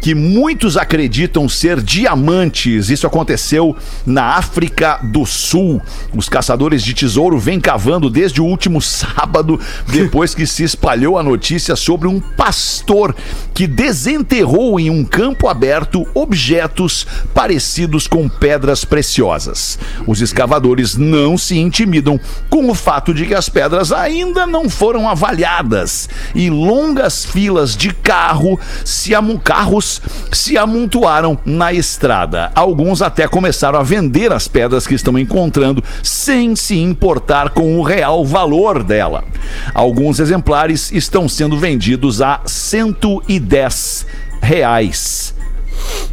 que muitos acreditam ser diamantes. Isso aconteceu na África do Sul. Os caçadores de tesouro vêm cavando desde o último sábado, depois que se espalhou a notícia sobre um pastor que desenterrou em um campo aberto objetos parecidos com pedras preciosas. Os escavadores não se intimidam com o fato de que as pedras ainda não foram avaliadas e longas filas de carro se amu- carros se amontoaram na estrada. Alguns até começaram a vender as pedras que estão encontrando sem se importar com o real valor dela. Alguns exemplares estão sendo vendidos a 110 reais.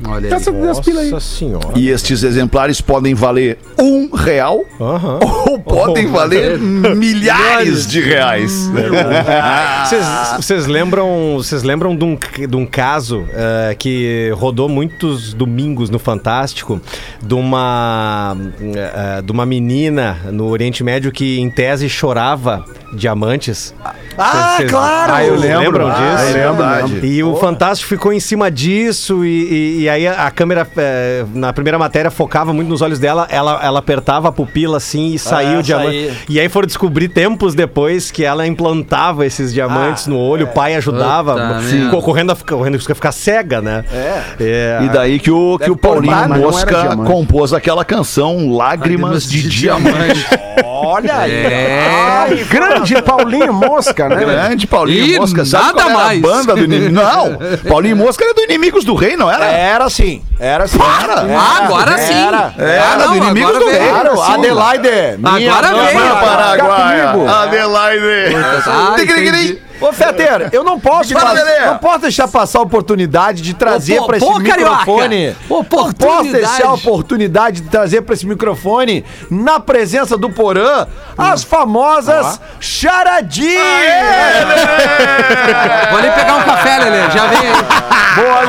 Olha aí. Nossa senhora. E estes exemplares podem valer um real ou podem valer milhares de reais. Vocês- Vocês lembram, vocês lembram de, um, de um caso eh, que rodou muitos domingos no Fantástico de uma, eh, de uma menina no Oriente Médio que, em tese, chorava diamantes? Ah, claro! Ah, eu Vocês lembro. lembram disso? Ah, eu lembro, Verdade. lembro. E o Fantástico ficou em cima disso, e, e- e aí a, a câmera, eh, na primeira matéria, focava muito nos olhos dela, ela, ela apertava a pupila assim e saiu o diamante. saía. E aí foram descobrir tempos depois que ela implantava esses diamantes no olho, o pai ajudava, Puta ficou merda. correndo a, ficar- correndo a ficar cega, né? É. E daí que o, que o Paulinho tornar, mas não era Mosca diamante. compôs aquela canção Lágrimas de Diamante. Olha aí. É. Grande Paulinho Mosca, né? Grande Paulinho E Mosca. Sabe nada qual era mais. a banda do inimigo? Não, Paulinho Mosca era do Inimigos do Rei, não era? Era sim, era sim. Era, Ah, agora sim. É, Ah, Era, É, Era do Inimigos do veio. Rei. Claro, sim. Adelaide. minha Agora dona- veio. Ah, Paraguaia. Fica comigo. Adelaide. Ah, entendi. Ô, Feter, eu não posso, Fala, pas- Lelê. não posso deixar passar a oportunidade de trazer Ô, pô, pra esse pô, carioca. microfone. Não posso Oportunidade. deixar a oportunidade de trazer pra esse microfone, na presença do Porã, as famosas charadinhas. Vou ali pegar um café, Lelê. Já vem aí. Boa, É.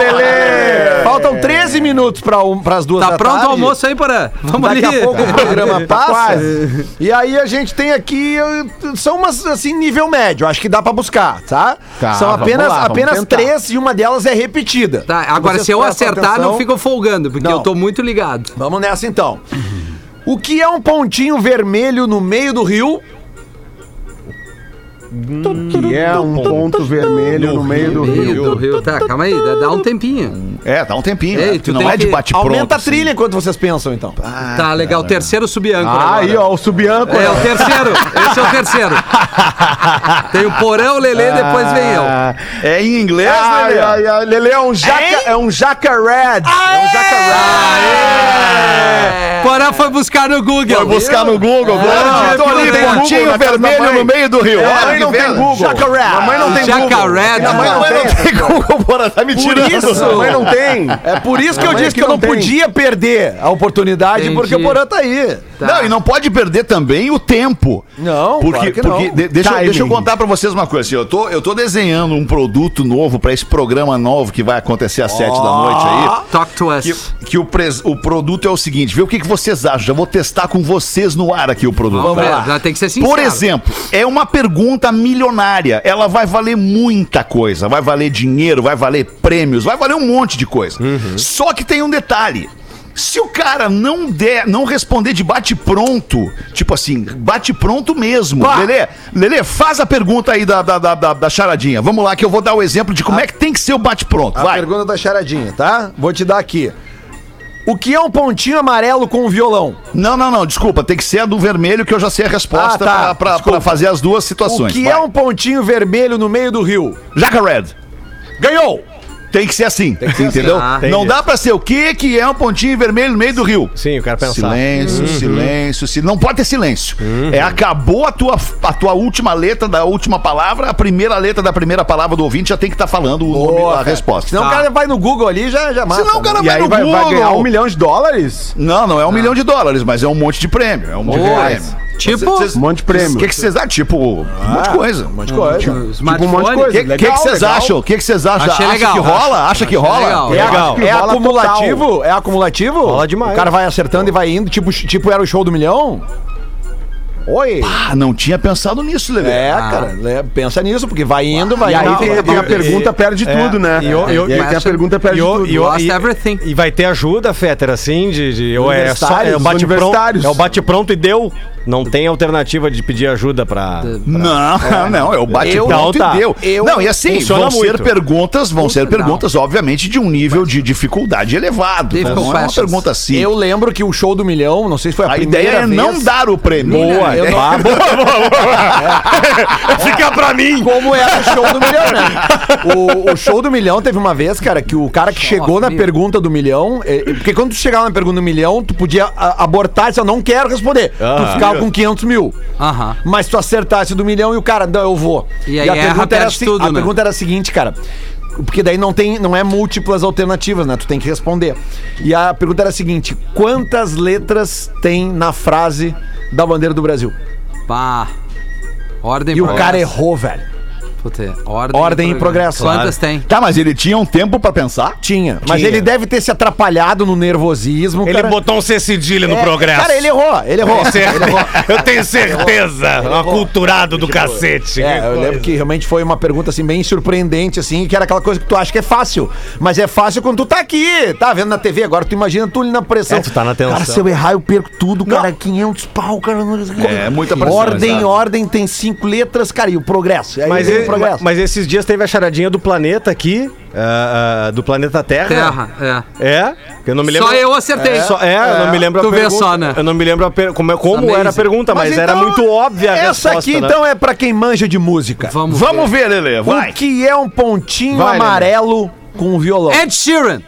Lelê! Faltam 13 minutos para um, as duas Tá da pronto tarde. o almoço aí, Porã? Vamos Daqui ali. a pouco o programa Tá passa. E aí a gente tem aqui. eh, São umas assim, nível médio, acho que dá pra buscar, tá? Tá, são vamos apenas, lá, vamos apenas tentar. três e uma delas é repetida. Tá, agora Vocês se eu prestam acertar, atenção. não ficam folgando, porque Não. eu tô muito ligado. Vamos nessa então. O que é um pontinho vermelho no meio do rio? Que é um ponto vermelho no meio do Rio, rio. do Rio. Tá, calma aí, dá, dá um tempinho. É, dá um tempinho. Ei, né? tu não tem é de que- bate-pronto. Aumenta a assim. trilha enquanto vocês pensam, então. tá, legal. Terceiro subiâncora. Ah, Aí, agora. ó, o subianco. né? É o terceiro, esse é o terceiro. Tem o Porã, o Lelê, depois vem eu. É em inglês, né, Ai, Lelê? ai, ai, Lelê é um jaca, é um jacaré. É um jacaré. Porã foi buscar no Google. Foi buscar no Google. Ah, Grande não Torinho, tem um pontinho Google na casa da vermelho mãe. no meio do rio. Minha Olha mãe que não tem beleza. Google. Minha mãe não tem Jacaré. Ah, é, Google. Minha mãe não tem. Google, bora, tá me Por tirando. isso- Minha mãe não tem. É por isso que eu Mas disse aqui que eu não não tem. podia perder a oportunidade, Entendi. porque o Porã tá aí. Tá. Não, e não pode perder também o tempo. Não, porque, claro que porque não. de- deixa, eu- Timing. deixa eu contar pra vocês uma coisa. assim, eu, tô, eu tô desenhando um produto novo pra esse programa novo que vai acontecer às sete da noite aí. Talk to us. Que, que o, pres- o produto é o seguinte, vê o que, que vocês acham. Já vou testar com vocês no ar aqui o produto. Vamos tá? ver, já tem que ser sincero. Por exemplo, é uma pergunta milionária. Ela vai valer muita coisa. Vai valer dinheiro, vai valer prêmios, vai valer um monte de coisa. Uhum. Só que tem um detalhe. Se o cara não der, não responder de bate pronto, tipo assim, bate pronto mesmo. Lelê, Lelê, faz a pergunta aí da, da, da, da- da charadinha. Vamos lá, que eu vou dar o exemplo de como é que tem que ser o bate pronto. A Vai. pergunta da charadinha, tá? Vou te dar aqui. O que é um pontinho amarelo com um violão? Não, não, não, desculpa. Tem que ser a do vermelho que eu já sei a resposta Ah, pra- tá, pra, pra desculpa. fazer as duas O situações. que Vai. é um pontinho vermelho no meio do rio? Jacared. Ganhou! Tem que ser assim, entendeu? assim. Ah, Não dá pra ser o que que é um pontinho vermelho no meio do rio. Sim, o cara pensar. Silêncio, silêncio, silêncio. Não pode ter silêncio. É, acabou a tua, a tua última letra da última palavra, a primeira letra da primeira palavra do ouvinte já tem que estar falando o nome, a resposta. Senão o cara vai no Google ali e já, já mata. Ah. Senão o cara né? E vai aí no vai, vai Google. ganhar um milhão de dólares? Não, não é um milhão de dólares, mas é um monte de prêmio. É um monte de Boa. prêmio. Tipo- Cês- cês- Um monte de prêmio. O que que vocês acham? Tipo, um monte de coisa. Um monte de coisa. Tipo, um monte de Smartphone. coisa. O que que Legal, vocês legal. acham? O que que vocês acham? Achei Acha legal. que rola? Acha que rola? legal. É, Legal. é Bola acumulativo? É acumulativo? Bola demais. O cara vai acertando e vai indo, tipo, tipo era o show do milhão? Oi! Ah, não tinha pensado nisso, Lelê. É, cara, né? pensa nisso, porque vai indo, vai E aí indo. tem, tem a pergunta perde É, tudo, né? e eu- eu- E aí tem a pergunta perde E, o- tudo. e, o- Lost e, everything. e vai ter ajuda, Fetter, assim, de, de ou é só é o Universitários, bate pronto, universitários. é o bate pronto e deu. Não tem alternativa de pedir ajuda pra. Não, não, é o bate Eu- pronto Então tá. e deu. Eu- não, e assim, Funciona vão ser muito. perguntas, vão ser perguntas, obviamente, de um nível de dificuldade elevado. né? Difficult Não é uma questions. pergunta simples. Eu lembro que o show do milhão, não sei se foi a, A primeira ideia é vez. não dar o prêmio. Boa, eu não- [LAUGHS] Ah, boa, boa, boa. Fica pra mim. Como era o show do milhão, [LAUGHS] né? O, o show do milhão teve uma vez, cara, que o cara que chegou na meu. pergunta do milhão. é, é, porque quando tu chegava na pergunta do milhão, tu podia a, abortar e dizer, eu não quero responder. Tu ficava com 500 mil. Aham. Mas tu acertasse do milhão e o cara, não, eu vou. E aí a erra, pergunta, era, perde se- tudo, a né? pergunta era a seguinte, cara. Porque daí não tem, não é múltiplas alternativas, né? Tu tem que responder. E a pergunta era a seguinte: quantas letras tem na frase da bandeira do Brasil? Pá. Ordem E o cara progresso. errou, velho. Puta, é. ordem, Ordem e progresso. Quantas tem? Tá, mas ele tinha um tempo pra pensar? Tinha. Mas Tinha. ele deve ter se atrapalhado no nervosismo. Ele cara. É, botou um C cedilha no progresso. Cara, ele errou, ele [LAUGHS] errou. Com certeza. Eu tenho certeza. Um aculturado do cacete. É, eu lembro que realmente foi uma pergunta assim bem surpreendente, assim, que era aquela coisa que tu acha que é fácil. Mas é fácil quando tu tá aqui, tá vendo na TV. Agora tu imagina tu ali na pressão. É, tu tá na tensão. Cara, se eu errar, eu perco tudo, cara. 500 pau, cara. não- É, muita pressão, Ordem, exato. ordem, tem cinco letras, cara. E o um progresso. Aí Mas, vem o e- mas- mas esses dias teve a charadinha do planeta aqui. ah, ah, do planeta Terra. Terra, é. É? Eu não me lembro. Só eu acertei. É, só- é, eu não me lembro Tu a vê pergunta. só, né? Eu não me lembro a per... como, é- como Amazing. era a pergunta, mas, era então, muito óbvia a Essa resposta, aqui, né? então, é pra quem manja de música. Vamos, Vamos ver, Lele, vai. O que é um pontinho Vai, Lelê. amarelo com um violão? ver. Ed Sheeran.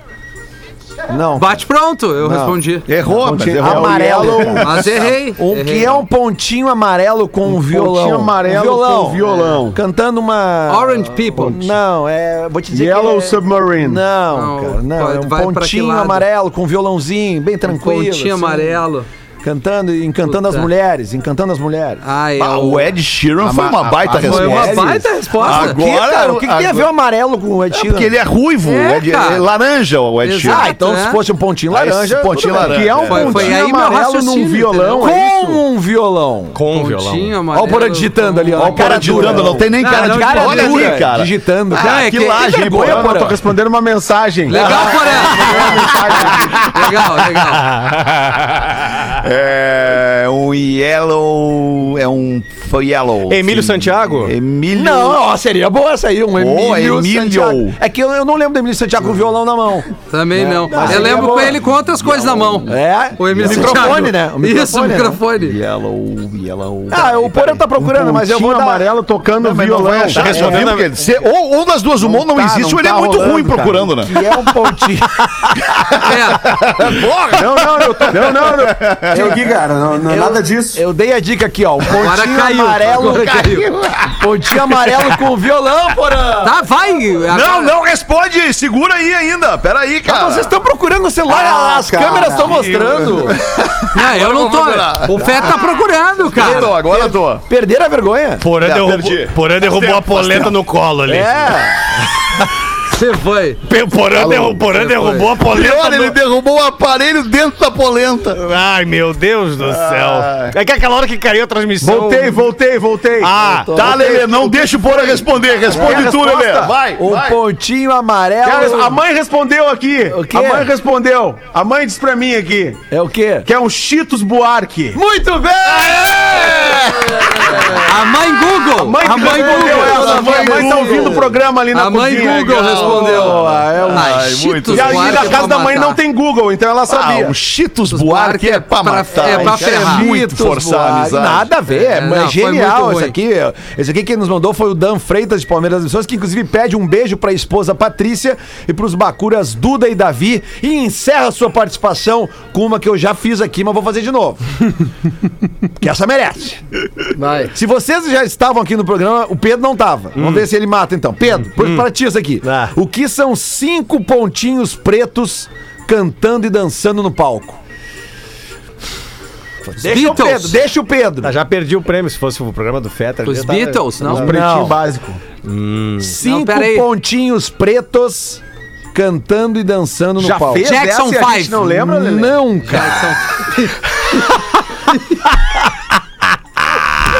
Não. Bate pronto, eu respondi. Errou, mas errou. Amarelo. Mas errei. O que errei. é um pontinho amarelo com um, violão? pontinho amarelo um violão. com violão. É. Cantando uma. Orange People. Não, é. Vou te dizer. Yellow que é... Submarine. Não, Não, cara, não. vai- É vai um pra que pontinho lado? amarelo com um violãozinho, bem tranquilo. Pontinho assim, amarelo. Cantando e encantando as Puta. mulheres, encantando as mulheres. Ah, é. Ah, o Ed Sheeran foi uma baita Foi resposta. uma baita resposta. Agora- Que, cara, o que, que tem a agora- ver o amarelo com o Ed Sheeran? Porque ele é ruivo, É, o Ed, cara. é laranja o Ed Exato. Ah, Sheeran. então né? se fosse um pontinho Ah, esse laranja. pontinho tudo bem. laranja, Que é um é. Foi- pontinho foi aí meu amarelo num raciocínio, violão, é isso? Com um violão. Com o Pontinho violão. amarelo. Olha o Porã digitando ali, ó. Olha o cara digitando, não tem nem Não, cara não, de cara cara. Olha dura, ali, cara. Digitando. Ah, é que que- laje, hein, Pô, Porã? eu tô respondendo uma mensagem. Legal, Poré. legal, legal. [LAUGHS] É um yellow. É um. Foi yellow. Emílio Sim. Santiago? Emílio. Não, ó, seria boa essa aí, um Emílio, Emílio. Santiago. É que eu, eu não lembro do Emílio Santiago com o violão na mão. Também não. mas Eu seria lembro boa. com ele com outras coisas na mão. É? O Emílio O microfone, Santiago. né? O Isso, o microfone, microfone. né? Yellow, yellow. Ah, o Porã tá procurando, mas eu vou Pontinho dar... amarelo tocando Mas não violão. vai achar, É, resolvido, Tá, porque ele- se- ou, ou das duas, uma ou não tá, existe, não ou ele é tá muito rolando, ruim cara. procurando, né? Que é um pontinho. É, Porra! Não, não, eu tô... não, não, não. Eu aqui, cara, não, não, nada disso. Eu dei a dica aqui, ó. Um agora pontinho caiu. amarelo. agora caiu. Pontinho amarelo com o violão, Porã. Tá, vai. Não, agora- não responde! Segura aí ainda! Pera aí, cara! Vocês estão procurando o celular, as câmeras estão mostrando. Não, eu não eu vou procurar. tô. O Fé tá procurando, Agora tô, cara. agora tô. Perderam a vergonha. Porã Já derrubou, Tá, perdi. Porã derrubou a polenta no colo ali. É. Você foi. Pe- Porã, derru- Porã derrubou a polenta Pior, ele no... derrubou o aparelho dentro da polenta. Ai, meu Deus do céu. É que aquela hora que caiu a transmissão... Voltei, voltei, voltei. Ah, Tá, Lelê, não deixa o Porã responder. Responde tu, Lelê. Vai, Um vai. pontinho amarelo. Cara, a mãe respondeu aqui. quê? A mãe respondeu. A mãe disse pra mim aqui É o quê? que é um Cheetos Buarque. Muito bem! A mãe Google. Mãe que a mãe respondeu Google. essa, a mãe a mãe tá Google. ouvindo o programa ali na A mãe cozinha. Google respondeu. é um Ai, muito Cheetos E aí Buarque na é casa pra da mãe matar. não tem Google, então ela sabia. Ah, o Cheetos Buarque Buarque é pra pra- matar. é pra Isso ferrar. muito forçar a amizade. Nada a ver, é, É, não, foi muito genial ruim. esse aqui. Esse aqui quem nos mandou foi o Dan Freitas de Palmeiras das Missões, que inclusive pede um beijo pra esposa Patrícia e pros bacuras Duda e Davi e encerra sua participação com uma que eu já fiz aqui, mas vou fazer [LAUGHS] de novo. que essa merece. Vai. Se vocês já estavam aqui no programa, o Pedro não tava. Vamos ver se ele mata então. Pedro, por- para ti isso aqui. Ah. O que são cinco pontinhos pretos cantando e dançando no palco? Deixa o Beatles. Pedro, deixa o Pedro. Ah, já perdi o prêmio, se fosse o programa do Fetter. Os já tava- Beatles, não? Pretinho básico. Cinco pera aí. pontinhos pretos cantando e dançando no Já palco. fez Jackson essa e a gente Five. não lembra, Lelê? Não, cara.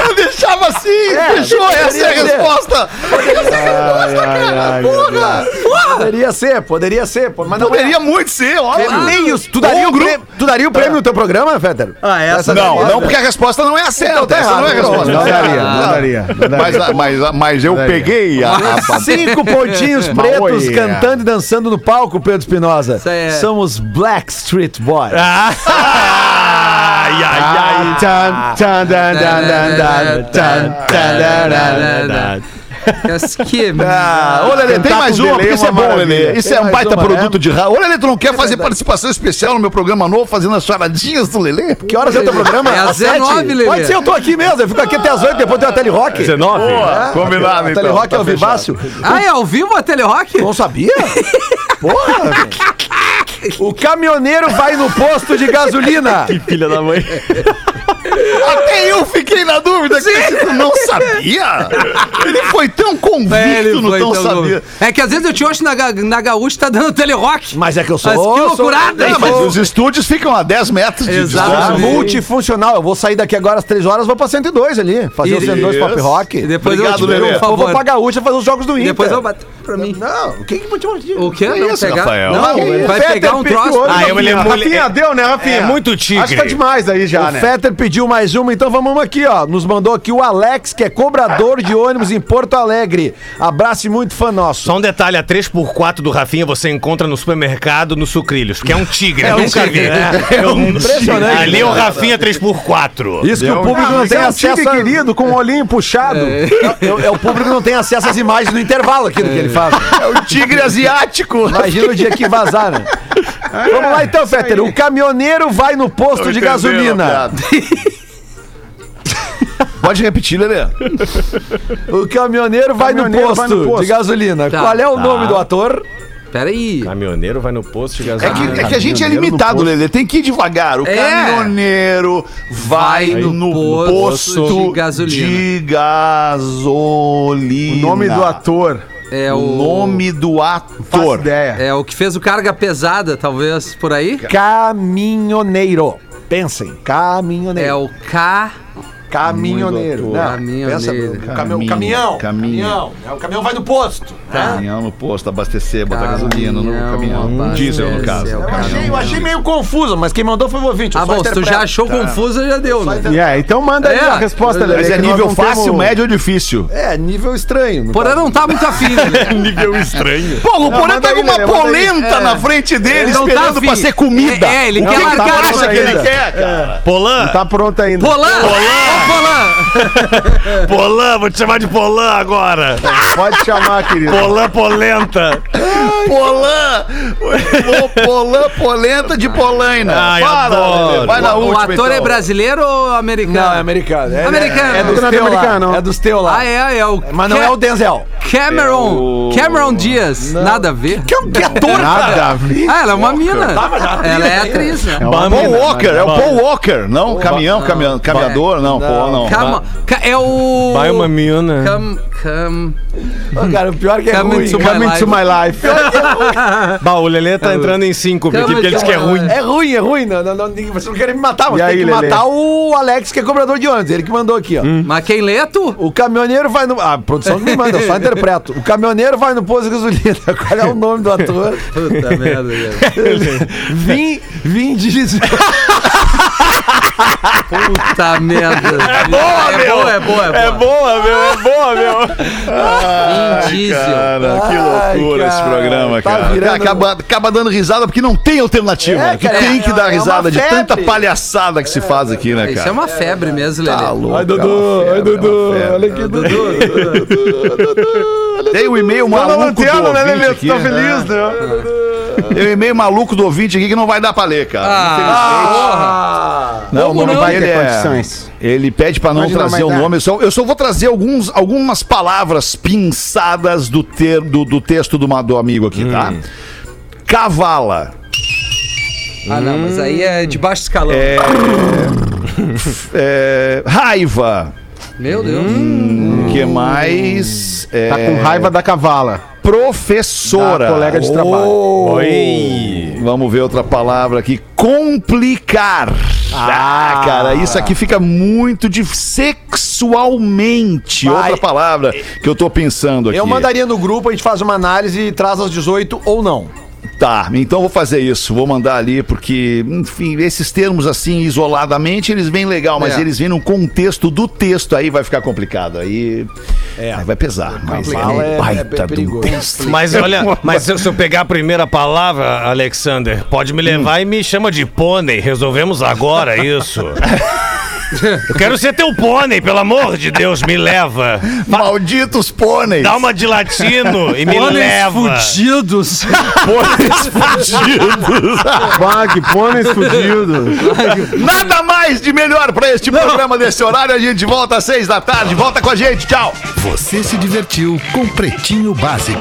Eu deixava assim, fechou. Essa é a poderia ser. resposta. Porra! Poderia ser, poderia ser, pô, mas não é. Poderia muito ser, Tem olha. meios. Tu daria, Ou o grupo. prêmio, tu daria o prêmio no teu programa, Fetter? Ah, essa Não, daria, não, né? porque a resposta não é a Então certa. tá essa não é a errado, resposta. não, não daria, não daria, não daria. Mas, a- mas, a- mas eu peguei a. a- a- [LAUGHS] Cinco pontinhos pretos Maoi, é. cantando e dançando no palco, Pedro Espinosa. Isso aí é- São os Black Street Boys. Ai, ai, ai. [LAUGHS] Que Ah, ô, Lelê, tem Tentar mais com uma, delay porque isso é é uma bom, maravilha. Lelê. Isso Tem é um mais baita uma, né? produto de rádio. Ô, Lelê, tu não quer fazer participação especial no meu programa novo, fazendo as charadinhas do Lelê? Que horas é o teu programa? É às sete? 19, Lelê. Pode ser, eu tô aqui mesmo. Eu fico aqui até às oito, depois tem o Tele Rock. 19? Combinado, O Tele Rock é o Vivácio. Ah, é ao vivo a Telerock? Não sabia? Porra, velho. O caminhoneiro vai no posto de gasolina. Filha da mãe. Até eu fiquei na dúvida que tu não sabia. Ele foi tão convicto É, ele no foi, tão então, sabia. não. É que às vezes eu te ouço na, ga- na gaúcha tá dando telerock. Mas é que eu sou. Mas que sou- loucurada, eu Ah, mas sou- os estúdios ficam a 10 metros de Ah, Exatamente. distância. multifuncional. Eu vou sair daqui agora às três horas, vou pra 102 ali. Fazer o Isso. 102 Pop Rock. E depois Obrigado, eu te Lelê. um Eu vou favor. pra Gaúcha fazer os jogos do Inter. Depois eu vou bater pra mim. Não, o que que pode te O quê? Que não isso, pegar? Rafael? Não, Que isso? vai Ah, Peter pegar um pegou troço. hoje, Ah, eu me Rafinha. lembro- Rafinha, deu, né, Rafinha? É muito tigre. Acho que tá demais aí já, o né? Fetter pediu mais um, uma, então vamos uma aqui, ó. Nos mandou aqui o Alex, que é cobrador de ônibus em Porto Alegre. Abraço e muito fã nosso. Só um detalhe, a 3x4 do Rafinha você encontra no supermercado, no Sucrilhos, que é um tigre, eu um nunca vi. tigre, né? É [LAUGHS] um Impressionante. Ali é o Rafinha 3x4. Isso que o público não, Mas tem é um acesso. tigre a- querido com o olhinho puxado. É, é o público não tem acesso às imagens no intervalo aqui do que ele faz. É o tigre asiático. Imagina o dia que vazar, né? É, Vamos lá então, Fetter. O caminhoneiro vai no posto de gasolina. Pode repetir, Lelê. O caminhoneiro, vai, Caminhoneiro no vai posto no posto. de gasolina. Tá. Qual é o nome do ator? Peraí. Caminhoneiro vai no posto de É que, é que a gente é limitado, Lelê. Tem que ir devagar. O É. caminhoneiro vai Vai no, no posto, de gasolina. O nome do ator. É O o. nome do Faço ator. ideia. É o que fez o carga pesada, talvez, por aí. Caminhoneiro. Pensem, caminhoneiro. É o K. Caminhoneiro. Muito né? Caminhoneiro. Pensa no Caminho, caminhão. Caminhão. caminhão. É, O caminhão vai no posto. né? Caminhão no posto, abastecer, botar gasolina no Caminhão, caminhão. Diesel, no caso. abastecer, Eu achei, eu achei meio confuso, mas quem mandou foi o ouvinte. eu Ah, só bom, se tu interpreto. já achou confusa, já deu, né? E é, então manda aí É. a resposta, Lelê. Mas é que nós nível não fácil, temos- um- médio ou difícil? É, nível estranho. não Porã tá? não tá muito afim, [LAUGHS] né? É um Nível estranho. Porra, o Porã manda tá com aí, uma Lelê, manda aí. É. polenta na frente dele, Ele não tá esperando afim. pra ser comida. É, é, ele O quer que que tu largar acha isso que ele ainda. quer, É. cara? Polã, Tá pronto ainda. Polã! Ô, Polã! tá- Polã, vou te chamar de Polã agora. Pode chamar, é querido. Polã polenta. Polã! Ô, Polã, polenta de polaina. Ai, adoro. Lelê, Vai na O última, ator é então. brasileiro ou americano? Não, é americano. É, Americano. É, é Do dos teus norte-americano. lá. É dos teus lá. Ah, é, é o. Mas não Ca- é o Denzel. É Cameron. Cameron Dias. Nada a ver. Que é um que ator, Nada a ver. Ah, ela é uma mina. mas é atriz Ela é ainda. atriz, né? Paul Walker, é o Paul Walker. Não, caminhão, não. caminhão, caminhador, não, Paul, não. Cam- ca- É o. Vai uma mina. Cam. Cam. Cara, o pior que é Come ruim. into Come into my life. Bah, o Lelê tá entrando em síncope aqui, porque ele disse que é ruim. É ruim, é ruim. Não, não, não, ninguém- vocês não querem me matar, mas E tem aí, que Lelê? Hum. matar o Alex, que é cobrador de ônibus. Ele que mandou aqui, ó. Mas quem lê é tu? O caminhoneiro vai no. Ah, A produção não me manda, eu só interpreto. O caminhoneiro vai no posto de gasolina. [LAUGHS] Qual é o nome do ator? Puta merda, velho. Vim, vim diz. [LAUGHS] Puta merda. É boa, é meu. Boa, é boa, é boa. boa, meu, é boa, meu. [LAUGHS] Ai, Indício. Cara, que Ai, loucura esse cara, programa, tá cara. virando- Acaba, acaba dando risada porque não tem alternativa. É, cara, tem é- que dar é uma risada de febre. tanta palhaçada que se faz aqui, né, cara? Isso é uma febre mesmo, Lelê. Tá louco. Ai, é uma Dudu, febre, ai, Dudu. é uma Olha febre. aqui, Dudu. Tem o e-mail maluco do Lanterna, né, ouvinte Lelê? aqui. Tô tá feliz, né? Tem o e-mail maluco do ouvinte aqui que não vai dar pra ler, cara. Ah, Não, o nome não? dele Tem é... condições. Ele pede pra não Hoje não trazer vai o dar. nome. Eu só, eu só vou trazer alguns, algumas palavras pinçadas do, ter, do, do texto do, ma- do amigo aqui, Hum. tá? Cavala. ah, não, mas aí é de baixo escalão. É, raiva. Meu Deus. que mais? É, Hum. Tá com raiva da cavala. Professora. Da colega de trabalho. Oh. Vamos ver outra palavra aqui. Complicar. Ah, cara, isso aqui fica muito de sexualmente. Vai. Outra palavra que eu tô pensando aqui. Eu mandaria no grupo, a gente faz uma análise e traz às 18 ou não. Tá, então vou fazer isso. Vou mandar ali, porque, enfim, esses termos assim, isoladamente, eles vêm legal, mas É. eles vêm num contexto do texto, aí vai ficar complicado. Aí, aí vai pesar. Mas é um complicado. É- é baita de um perigoso. texto. Mas olha, mas se eu- se eu pegar a primeira palavra, Alexander, pode me levar e me chama de pônei. Resolvemos agora isso. Eu quero ser teu pônei, pelo amor de Deus, me leva. Malditos pôneis! Dá uma de latino e me leva. fudidos. Pôneis fudidos! Bah, que pônei fudido. Nada mais de melhor pra este programa desse horário. A gente volta às seis da tarde. Volta com a gente. Tchau! Você se divertiu com Pretinho Básico.